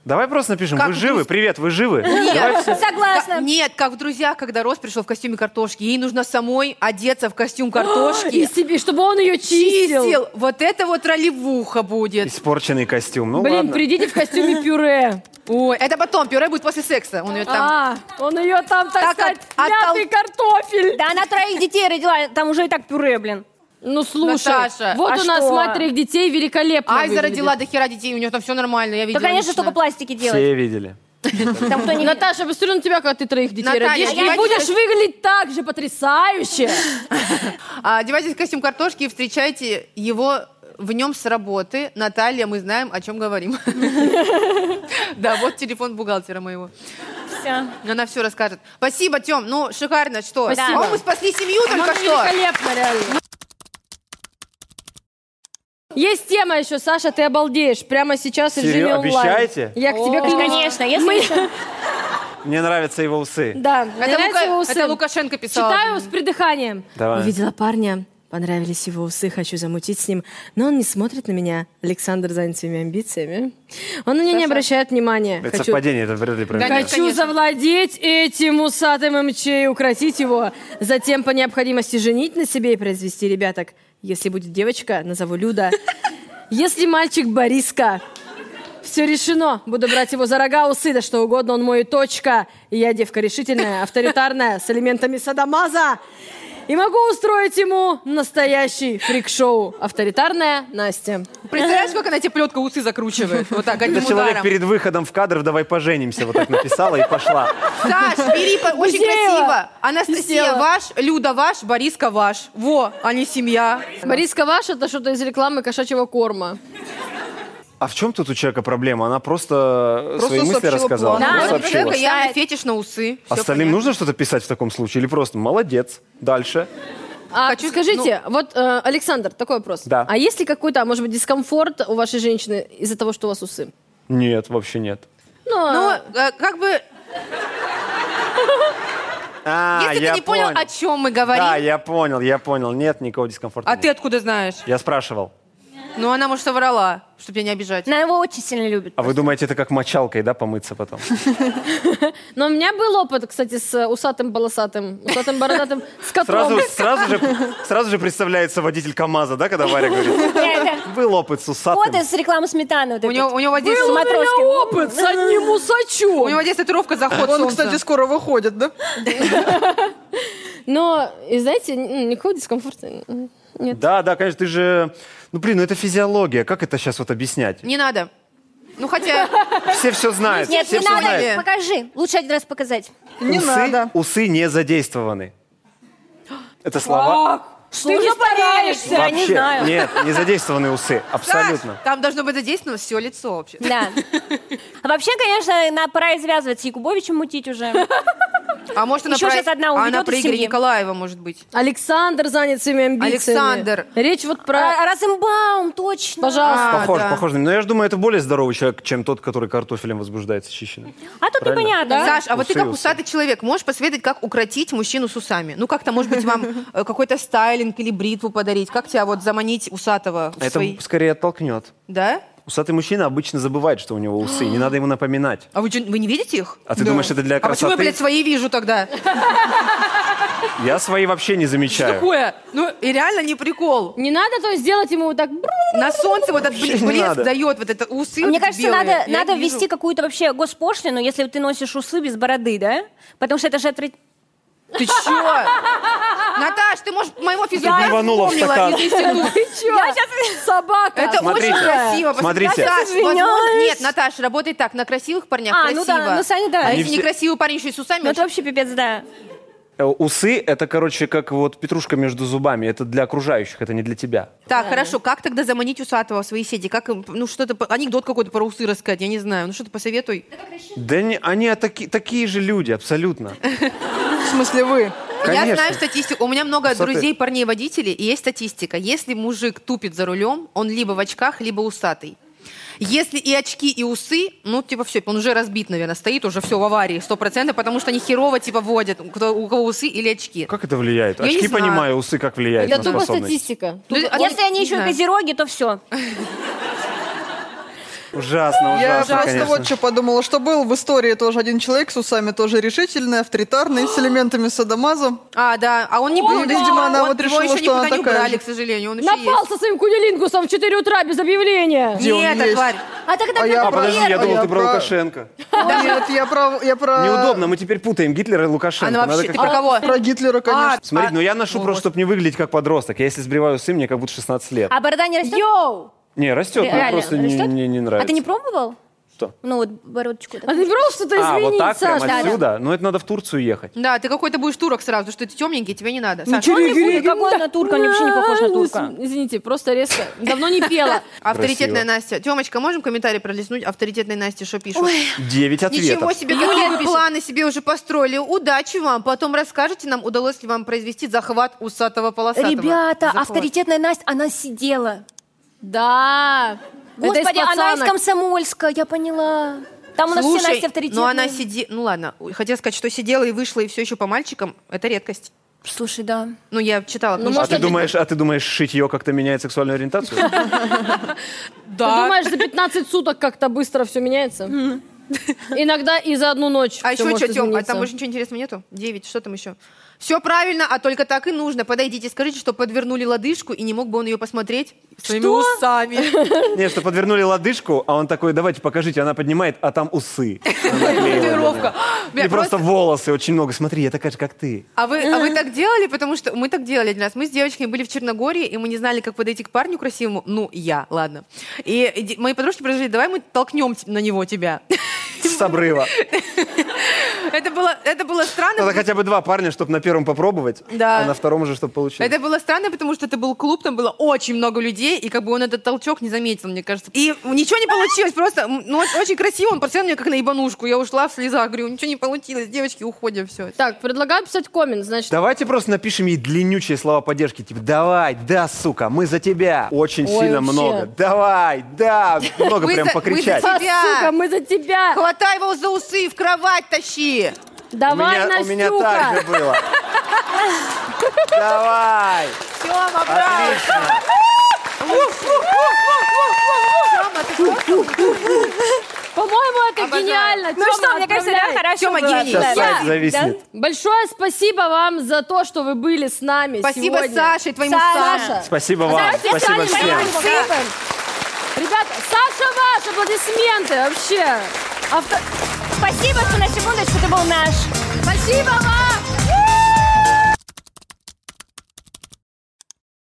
Speaker 5: Давай просто напишем.
Speaker 3: Как
Speaker 5: Вы живы?
Speaker 3: вкусно.
Speaker 5: Привет, вы живы?
Speaker 3: Нет,
Speaker 2: Согласна.
Speaker 3: Ка- нет, как в «Друзьях», когда Рос пришел в костюме картошки, ей нужно самой одеться в костюм
Speaker 1: И
Speaker 3: картошки.
Speaker 1: себе, чтобы он ее чистил.
Speaker 3: Чистил. Вот это вот ролевуха будет.
Speaker 5: Испорченный костюм. Ну
Speaker 1: Блин,
Speaker 5: ладно.
Speaker 1: придите в костюме пюре.
Speaker 3: Ой, это потом, пюре будет после секса. Он ее там...
Speaker 1: А, он ее там, так,
Speaker 3: Так
Speaker 1: сказать,
Speaker 3: от- оттол-
Speaker 1: мятый картофель.
Speaker 2: Да она троих детей родила, там уже и так пюре, блин.
Speaker 1: Ну слушай,
Speaker 3: Наташа,
Speaker 1: вот
Speaker 2: а
Speaker 1: у нас
Speaker 2: что?
Speaker 1: мать трех детей великолепно
Speaker 3: Айза
Speaker 1: выглядит.
Speaker 3: родила до хера детей, у нее там все нормально, я
Speaker 2: Да,
Speaker 3: видела.
Speaker 2: конечно,
Speaker 3: лично.
Speaker 2: только пластики делать.
Speaker 5: Все видели.
Speaker 2: Там кто не видит.
Speaker 1: Наташа, я посмотрю на тебя, когда ты троих детей
Speaker 3: Наталья,
Speaker 1: родишь,
Speaker 3: а
Speaker 1: и
Speaker 3: я не
Speaker 1: будешь
Speaker 3: хочу-
Speaker 1: выглядеть так же потрясающе.
Speaker 3: А, Одевайтесь в костюм картошки и встречайте его в нем с работы. Наталья, мы знаем, о чем говорим. Да, вот телефон бухгалтера моего.
Speaker 2: Всё.
Speaker 3: Она все расскажет. Спасибо, Тем. Ну, шикарно, что.
Speaker 2: Спасибо.
Speaker 3: О, мы спасли семью только
Speaker 1: Ну,
Speaker 3: что.
Speaker 1: великолепно, реально. Есть тема еще, Саша, ты обалдеешь. Прямо сейчас в
Speaker 5: Серьё-
Speaker 1: режиме онлайн.
Speaker 5: обещаете?
Speaker 1: Я к тебе
Speaker 3: О.
Speaker 1: клянусь.
Speaker 2: Конечно, если еще-
Speaker 5: Мне нравятся его усы.
Speaker 1: Да,
Speaker 3: Это,
Speaker 1: нравится
Speaker 3: Лука-
Speaker 1: его сын.
Speaker 3: это Лукашенко писал.
Speaker 1: Читаю с придыханием.
Speaker 5: Давай.
Speaker 1: Увидела парня
Speaker 7: Понравились его усы, хочу замутить с ним. Но он не смотрит на меня. Александр занят своими амбициями. Он на меня не обращает внимания.
Speaker 5: Это
Speaker 7: Хочу-
Speaker 5: совпадение, это вряд ли про меня.
Speaker 1: Хочу завладеть этим усатым МЧ и укротить его. Затем по необходимости женить на себе и произвести ребяток. Если будет девочка, назову Люда. Если мальчик Бориска. Все решено. Буду брать его за рога, усы, да что угодно, он мой и точка. И я девка решительная, авторитарная, с элементами садомаза. И могу устроить ему настоящий фрик-шоу. Авторитарная Настя.
Speaker 3: Представляешь, как она тебе плетка усы закручивает? Вот так,
Speaker 5: Это
Speaker 3: одним
Speaker 5: человек
Speaker 3: ударом.
Speaker 5: перед выходом в кадр «давай поженимся» вот так написала и пошла.
Speaker 3: Саш, бери, по- очень
Speaker 1: Гузеева.
Speaker 3: красиво. Анастасия
Speaker 1: Гузеева.
Speaker 3: ваш, Люда ваш, Бориска ваш. Во, а не семья.
Speaker 1: Борис Каваш это что-то из рекламы кошачьего корма.
Speaker 5: А в чем тут у человека проблема? Она просто, э,
Speaker 4: Просто
Speaker 5: свои мысли
Speaker 4: сообщила
Speaker 5: рассказала.
Speaker 4: план.
Speaker 5: ну,
Speaker 3: Вот
Speaker 1: Да,
Speaker 3: у
Speaker 5: сообщила.
Speaker 3: человека явно
Speaker 2: Мечтает.
Speaker 3: фетиш на усы. Всё
Speaker 5: Остальным
Speaker 3: понятно.
Speaker 5: нужно что-то писать в таком случае? Или просто «молодец», «дальше»?
Speaker 1: А
Speaker 3: Хочу- ну-
Speaker 1: скажите, вот, э, Александр, такой вопрос.
Speaker 5: Да.
Speaker 1: А есть ли какой-то, а может быть, дискомфорт у вашей женщины из-за того, что у вас усы?
Speaker 5: Нет, вообще нет.
Speaker 1: Ну,
Speaker 3: Ну,
Speaker 1: а,
Speaker 3: э, как бы,
Speaker 5: А,
Speaker 3: если
Speaker 5: я
Speaker 3: ты не понял, о чем мы говорим,
Speaker 5: Да, я понял, я понял. Нет никакого дискомфорта.
Speaker 3: а
Speaker 5: нет.
Speaker 3: ты откуда знаешь?
Speaker 5: Я спрашивал.
Speaker 3: Ну, она, может, соврала, чтобы тебя не обижать.
Speaker 2: Она его очень сильно любит.
Speaker 5: А вы думаете, это как мочалкой, да, помыться потом?
Speaker 1: но у меня был опыт, кстати, с э, усатым полосатым, усатым бородатым, с котом.
Speaker 5: Сразу, сразу, же, сразу же представляется водитель КамАЗа, да, когда Варя говорит?
Speaker 2: Это
Speaker 5: Был опыт с
Speaker 2: Фото
Speaker 5: усатым.
Speaker 2: с рекламы сметаны. вот
Speaker 3: У
Speaker 2: этой
Speaker 3: него,
Speaker 2: вот.
Speaker 3: у него здесь,
Speaker 2: Был
Speaker 1: Был у меня
Speaker 2: Матроскин.
Speaker 1: опыт с одним
Speaker 3: у него
Speaker 1: усачом.
Speaker 3: здесь татуировка «Заход
Speaker 4: Он,
Speaker 3: солнца».
Speaker 4: кстати, скоро выходит, да?
Speaker 1: Но, и знаете, н- никакого дискомфорта м, нет.
Speaker 5: Да, да, конечно, ты же... Ну, блин, ну это физиология. Как это сейчас вот объяснять?
Speaker 3: Не надо. Ну, хотя,
Speaker 5: Все все знают.
Speaker 2: Нет,
Speaker 5: все
Speaker 2: не
Speaker 5: всё
Speaker 2: надо,
Speaker 5: знают.
Speaker 2: покажи. Лучше один раз показать.
Speaker 4: Не
Speaker 5: усы,
Speaker 4: надо.
Speaker 5: усы не задействованы. Это слова?
Speaker 2: Сложно
Speaker 1: стараешься,
Speaker 2: я не
Speaker 5: Вообще.
Speaker 2: знаю.
Speaker 5: Нет, не задействованы усы.
Speaker 3: Саш,
Speaker 5: Абсолютно.
Speaker 3: там должно быть задействовано все лицо вообще.
Speaker 2: Да. А вообще, конечно, на, пора извязывать с Якубовичем мутить уже.
Speaker 3: А может, она
Speaker 2: Еще
Speaker 3: про,
Speaker 2: щас одна
Speaker 3: а
Speaker 2: уйдет
Speaker 3: она
Speaker 2: из
Speaker 3: про Игоря
Speaker 2: семьи.
Speaker 3: Николаева, может быть.
Speaker 1: Александр занят своими амбициями.
Speaker 3: Александр.
Speaker 1: Речь вот про...
Speaker 2: А, Розенбаум, точно.
Speaker 1: Пожалуйста.
Speaker 3: А,
Speaker 5: Похож,
Speaker 3: да.
Speaker 5: похож. на меня. Но я же думаю, это более здоровый человек, чем тот, который картофелем возбуждается чищенным.
Speaker 2: А тут
Speaker 5: Правильно.
Speaker 2: непонятно.
Speaker 3: Саш, а вот ты
Speaker 5: Усы,
Speaker 3: как
Speaker 5: усы.
Speaker 3: усатый человек, можешь посоветовать, как укротить мужчину с усами? Ну, как-то, может быть, вам э, какой-то стайлинг или бритву подарить? Как тебя вот заманить усатого в
Speaker 5: Это
Speaker 3: свои...
Speaker 5: скорее оттолкнет.
Speaker 3: Да?
Speaker 5: Усатый мужчина обычно забывает, что у него усы. Не надо ему напоминать.
Speaker 3: А вы, чё, вы не видите их?
Speaker 5: А ты думаешь, это для
Speaker 3: А почему я,
Speaker 5: красоты?
Speaker 3: блядь, свои вижу тогда?
Speaker 5: Я свои вообще не замечаю.
Speaker 3: Такое. Ну, и реально не прикол.
Speaker 1: Не надо, то есть, делать ему вот так... бррр.
Speaker 3: На солнце вот этот
Speaker 5: Вообще не
Speaker 3: бли- блеск
Speaker 5: надо.
Speaker 3: дает, вот это усы.
Speaker 2: А Мне
Speaker 3: вот эти
Speaker 2: кажется,
Speaker 3: белые.
Speaker 2: надо,
Speaker 3: Я
Speaker 2: надо
Speaker 3: их вижу.
Speaker 2: ввести какую-то вообще госпошлину, если ты носишь усы без бороды, да? Потому что это же отврат-
Speaker 3: Ты чё? Наташ, ты, может, моего физрука
Speaker 5: Ебанула в
Speaker 3: вспомнила
Speaker 5: стакан.
Speaker 3: из института?
Speaker 1: Ты чё? Собака.
Speaker 3: Это
Speaker 5: Смотрите.
Speaker 3: очень красиво.
Speaker 5: Смотрите.
Speaker 3: Наташ,
Speaker 5: Я
Speaker 2: извиняюсь.
Speaker 3: возможно- Нет, Наташ, работает так. На красивых парнях
Speaker 2: А,
Speaker 3: красиво.
Speaker 2: ну да, ну, Саня, да.
Speaker 3: А
Speaker 2: Они
Speaker 3: если
Speaker 5: все-
Speaker 3: некрасивый парень еще и с усами,
Speaker 2: Ну это
Speaker 3: вообще-
Speaker 2: вообще пипец, да.
Speaker 5: Э, Усы — это, короче, как вот петрушка между зубами. Это для окружающих, это не для тебя.
Speaker 3: Так, хорошо, как тогда заманить усатого в свои сети? Как, им, ну, что-то, по- анекдот какой-то про усы рассказать, я не знаю. Ну, что-то посоветуй.
Speaker 5: Да не- они а, таки- такие же люди, абсолютно.
Speaker 4: В смысле вы?
Speaker 3: Я
Speaker 5: Конечно.
Speaker 3: знаю статистику. У меня много
Speaker 5: Усатые.
Speaker 3: друзей парней-водителей, и есть статистика. Если мужик тупит за рулем, он либо в очках, либо усатый. Если и очки, и усы, ну, типа, все, он уже разбит, наверное, стоит уже все в аварии, сто процентов, потому что они херово, типа, водят, кто- у кого усы или очки.
Speaker 5: Как это влияет?
Speaker 3: Я не
Speaker 5: Очки
Speaker 3: знаю.
Speaker 5: понимаю, усы как влияют
Speaker 1: Это
Speaker 5: на
Speaker 1: тупо
Speaker 5: способность.
Speaker 1: А статистика.
Speaker 3: Ну, а ты-
Speaker 2: Если они
Speaker 3: не
Speaker 2: еще и
Speaker 3: знаю.
Speaker 2: козероги, то все.
Speaker 4: Я
Speaker 5: Ужасно, ужасно,
Speaker 4: просто
Speaker 5: конечно.
Speaker 4: вот что подумала, что был в истории тоже один человек с усами, тоже решительный, авторитарный, с элементами садомаза.
Speaker 3: А, да, а он не был,
Speaker 4: видимо, она
Speaker 3: он-
Speaker 4: вот
Speaker 3: его
Speaker 4: решила,
Speaker 3: еще
Speaker 4: что
Speaker 3: никуда
Speaker 4: она
Speaker 3: не
Speaker 4: такая
Speaker 3: убрали,
Speaker 4: же.
Speaker 3: к сожалению, он еще
Speaker 1: Напал со своим кунилингусом в 4 утра без объявления.
Speaker 4: Где он
Speaker 3: Нет,
Speaker 4: есть?
Speaker 3: тварь.
Speaker 2: А тогда
Speaker 4: А я
Speaker 5: А
Speaker 4: про-
Speaker 5: подожди, я
Speaker 4: а
Speaker 5: думал, ты про
Speaker 4: про-
Speaker 5: Лукашенко.
Speaker 4: Нет, я про... Я про...
Speaker 5: Неудобно, мы теперь путаем Гитлера и Лукашенко.
Speaker 3: Она
Speaker 5: Надо
Speaker 3: вообще, ты
Speaker 5: как-то-
Speaker 3: про кого?
Speaker 4: Про Гитлера, конечно.
Speaker 5: Смотри,
Speaker 3: А,
Speaker 5: ну я ношу просто, чтобы не выглядеть как подросток. Я если сбриваю усы, мне как будто 16 лет.
Speaker 2: А борода не растет?
Speaker 1: Йоу!
Speaker 5: Не, растет, мне
Speaker 2: Реально,
Speaker 5: просто не-
Speaker 2: растет?
Speaker 5: не не
Speaker 2: А
Speaker 5: нравится.
Speaker 2: ты не пробовал?
Speaker 5: Что?
Speaker 2: Ну вот бородочку.
Speaker 1: А ты просто что-то
Speaker 5: А,
Speaker 1: изменить,
Speaker 5: вот так, прям
Speaker 1: Саш.
Speaker 5: отсюда? Ну это надо в Турцию ехать.
Speaker 3: Да, ты какой-то будешь турок сразу, что ты темненький, тебе не
Speaker 4: Ну,
Speaker 3: надо. Саш,
Speaker 1: ну,
Speaker 2: Какой она турка, она вообще не похожа на турка.
Speaker 1: Извините, просто резко. Давно не пела.
Speaker 3: авторитетная
Speaker 5: Красиво.
Speaker 3: Настя. Темочка, можем комментарий пролистнуть? Авторитетная Настя, что пишет?
Speaker 5: Девять ответов.
Speaker 3: Ничего себе, какие вы планы себе уже построили. Удачи вам. Потом расскажите нам, удалось ли вам произвести захват усатого полосатого.
Speaker 2: Ребята,
Speaker 3: Захват.
Speaker 2: авторитетная Настя, она сидела.
Speaker 1: Да. Это из
Speaker 2: Господи, она из
Speaker 1: пацанок.
Speaker 2: Комсомольска, я поняла. Там у нас все
Speaker 3: Слушай,
Speaker 2: Настя авторитетные.
Speaker 3: ну, но она сидела, ну ладно, хотела сказать, что сидела и вышла, и все еще по мальчикам, это редкость.
Speaker 2: Слушай, да.
Speaker 3: Ну, я читала
Speaker 1: Ну,
Speaker 3: книжку.
Speaker 5: А
Speaker 1: может,
Speaker 5: ты
Speaker 1: это-
Speaker 5: думаешь, а ты думаешь, шитье как-то меняет сексуальную ориентацию?
Speaker 1: Ты думаешь, за 15 суток как-то быстро все меняется? Иногда и за одну ночь.
Speaker 3: А
Speaker 1: всё
Speaker 3: еще
Speaker 1: может
Speaker 3: что, Тём, а
Speaker 1: измениться.
Speaker 3: там больше ничего интересного нету? Девять, что там еще? Все правильно, а только так и нужно. Подойдите, скажите, что подвернули лодыжку, и не мог бы он ее посмотреть своими усами.
Speaker 5: Нет, что подвернули лодыжку, а он такой, давайте покажите, она поднимает, а там усы. Она наклеила,
Speaker 3: Татуировка.
Speaker 5: да.
Speaker 3: Бля,
Speaker 5: И просто волосы очень много. Смотри, я такая же, как ты.
Speaker 3: А вы, а вы так делали? Потому что мы так делали для нас. Мы с девочками были в Черногории, и мы не знали, как подойти к парню красивому. Ну, я, ладно. И де- мои подружки предложили, давай мы толкнем те- на него тебя.
Speaker 5: С обрыва.
Speaker 3: Это было, это было странно.
Speaker 5: Надо хотя бы два парня, чтобы на первом попробовать,
Speaker 3: Да.
Speaker 5: а на втором уже, чтобы получилось.
Speaker 3: Это было странно, потому что это был клуб, там было очень много людей, и как бы он этот толчок не заметил, мне кажется. И ничего не получилось, просто, м, ну, вот очень красиво, он посмотрел меня как на ебанушку. Я ушла в слезах, говорю, ничего не получилось, девочки, уходим, все.
Speaker 1: Так, предлагаю писать коммент, значит.
Speaker 5: Давайте просто напишем ей длиннючие слова поддержки, типа «Давай, да, сука, мы за тебя!» Очень
Speaker 1: Ой,
Speaker 5: сильно
Speaker 1: вообще.
Speaker 5: много. «Давай, да!» Много
Speaker 3: Мы
Speaker 5: прям
Speaker 3: за- мы за
Speaker 5: покричать.
Speaker 1: А,
Speaker 3: тебя.
Speaker 1: сука, мы за тебя!
Speaker 3: Хватай его за усы, в кровать тащи!
Speaker 5: У
Speaker 1: Давай,
Speaker 5: меня, у меня так же
Speaker 1: Настюха!
Speaker 5: было. Давай!
Speaker 3: Тёма, браво!
Speaker 5: Отлично!
Speaker 3: Тёма, ты что?
Speaker 1: По-моему, это
Speaker 3: Обожаю.
Speaker 1: гениально.
Speaker 2: Ну
Speaker 1: Тёма,
Speaker 2: что, мне кажется, да,
Speaker 1: отправляй.
Speaker 2: хорошо
Speaker 3: Тёма
Speaker 2: было
Speaker 3: гений.
Speaker 5: Сейчас
Speaker 2: обсуждать.
Speaker 5: сайт
Speaker 2: Да.
Speaker 5: зависнет.
Speaker 1: Большое спасибо вам за то, что вы были с нами
Speaker 3: Спасибо
Speaker 1: сегодня.
Speaker 3: Саше и твоему
Speaker 1: Саша.
Speaker 3: Саше.
Speaker 5: Спасибо вам.
Speaker 1: Давайте
Speaker 5: Спасибо
Speaker 1: станем
Speaker 5: всем.
Speaker 1: моим сыном. Ребята, Саша ваш, аплодисменты вообще. Авто-
Speaker 2: Спасибо, что на секундочку ты был наш.
Speaker 1: Спасибо вам!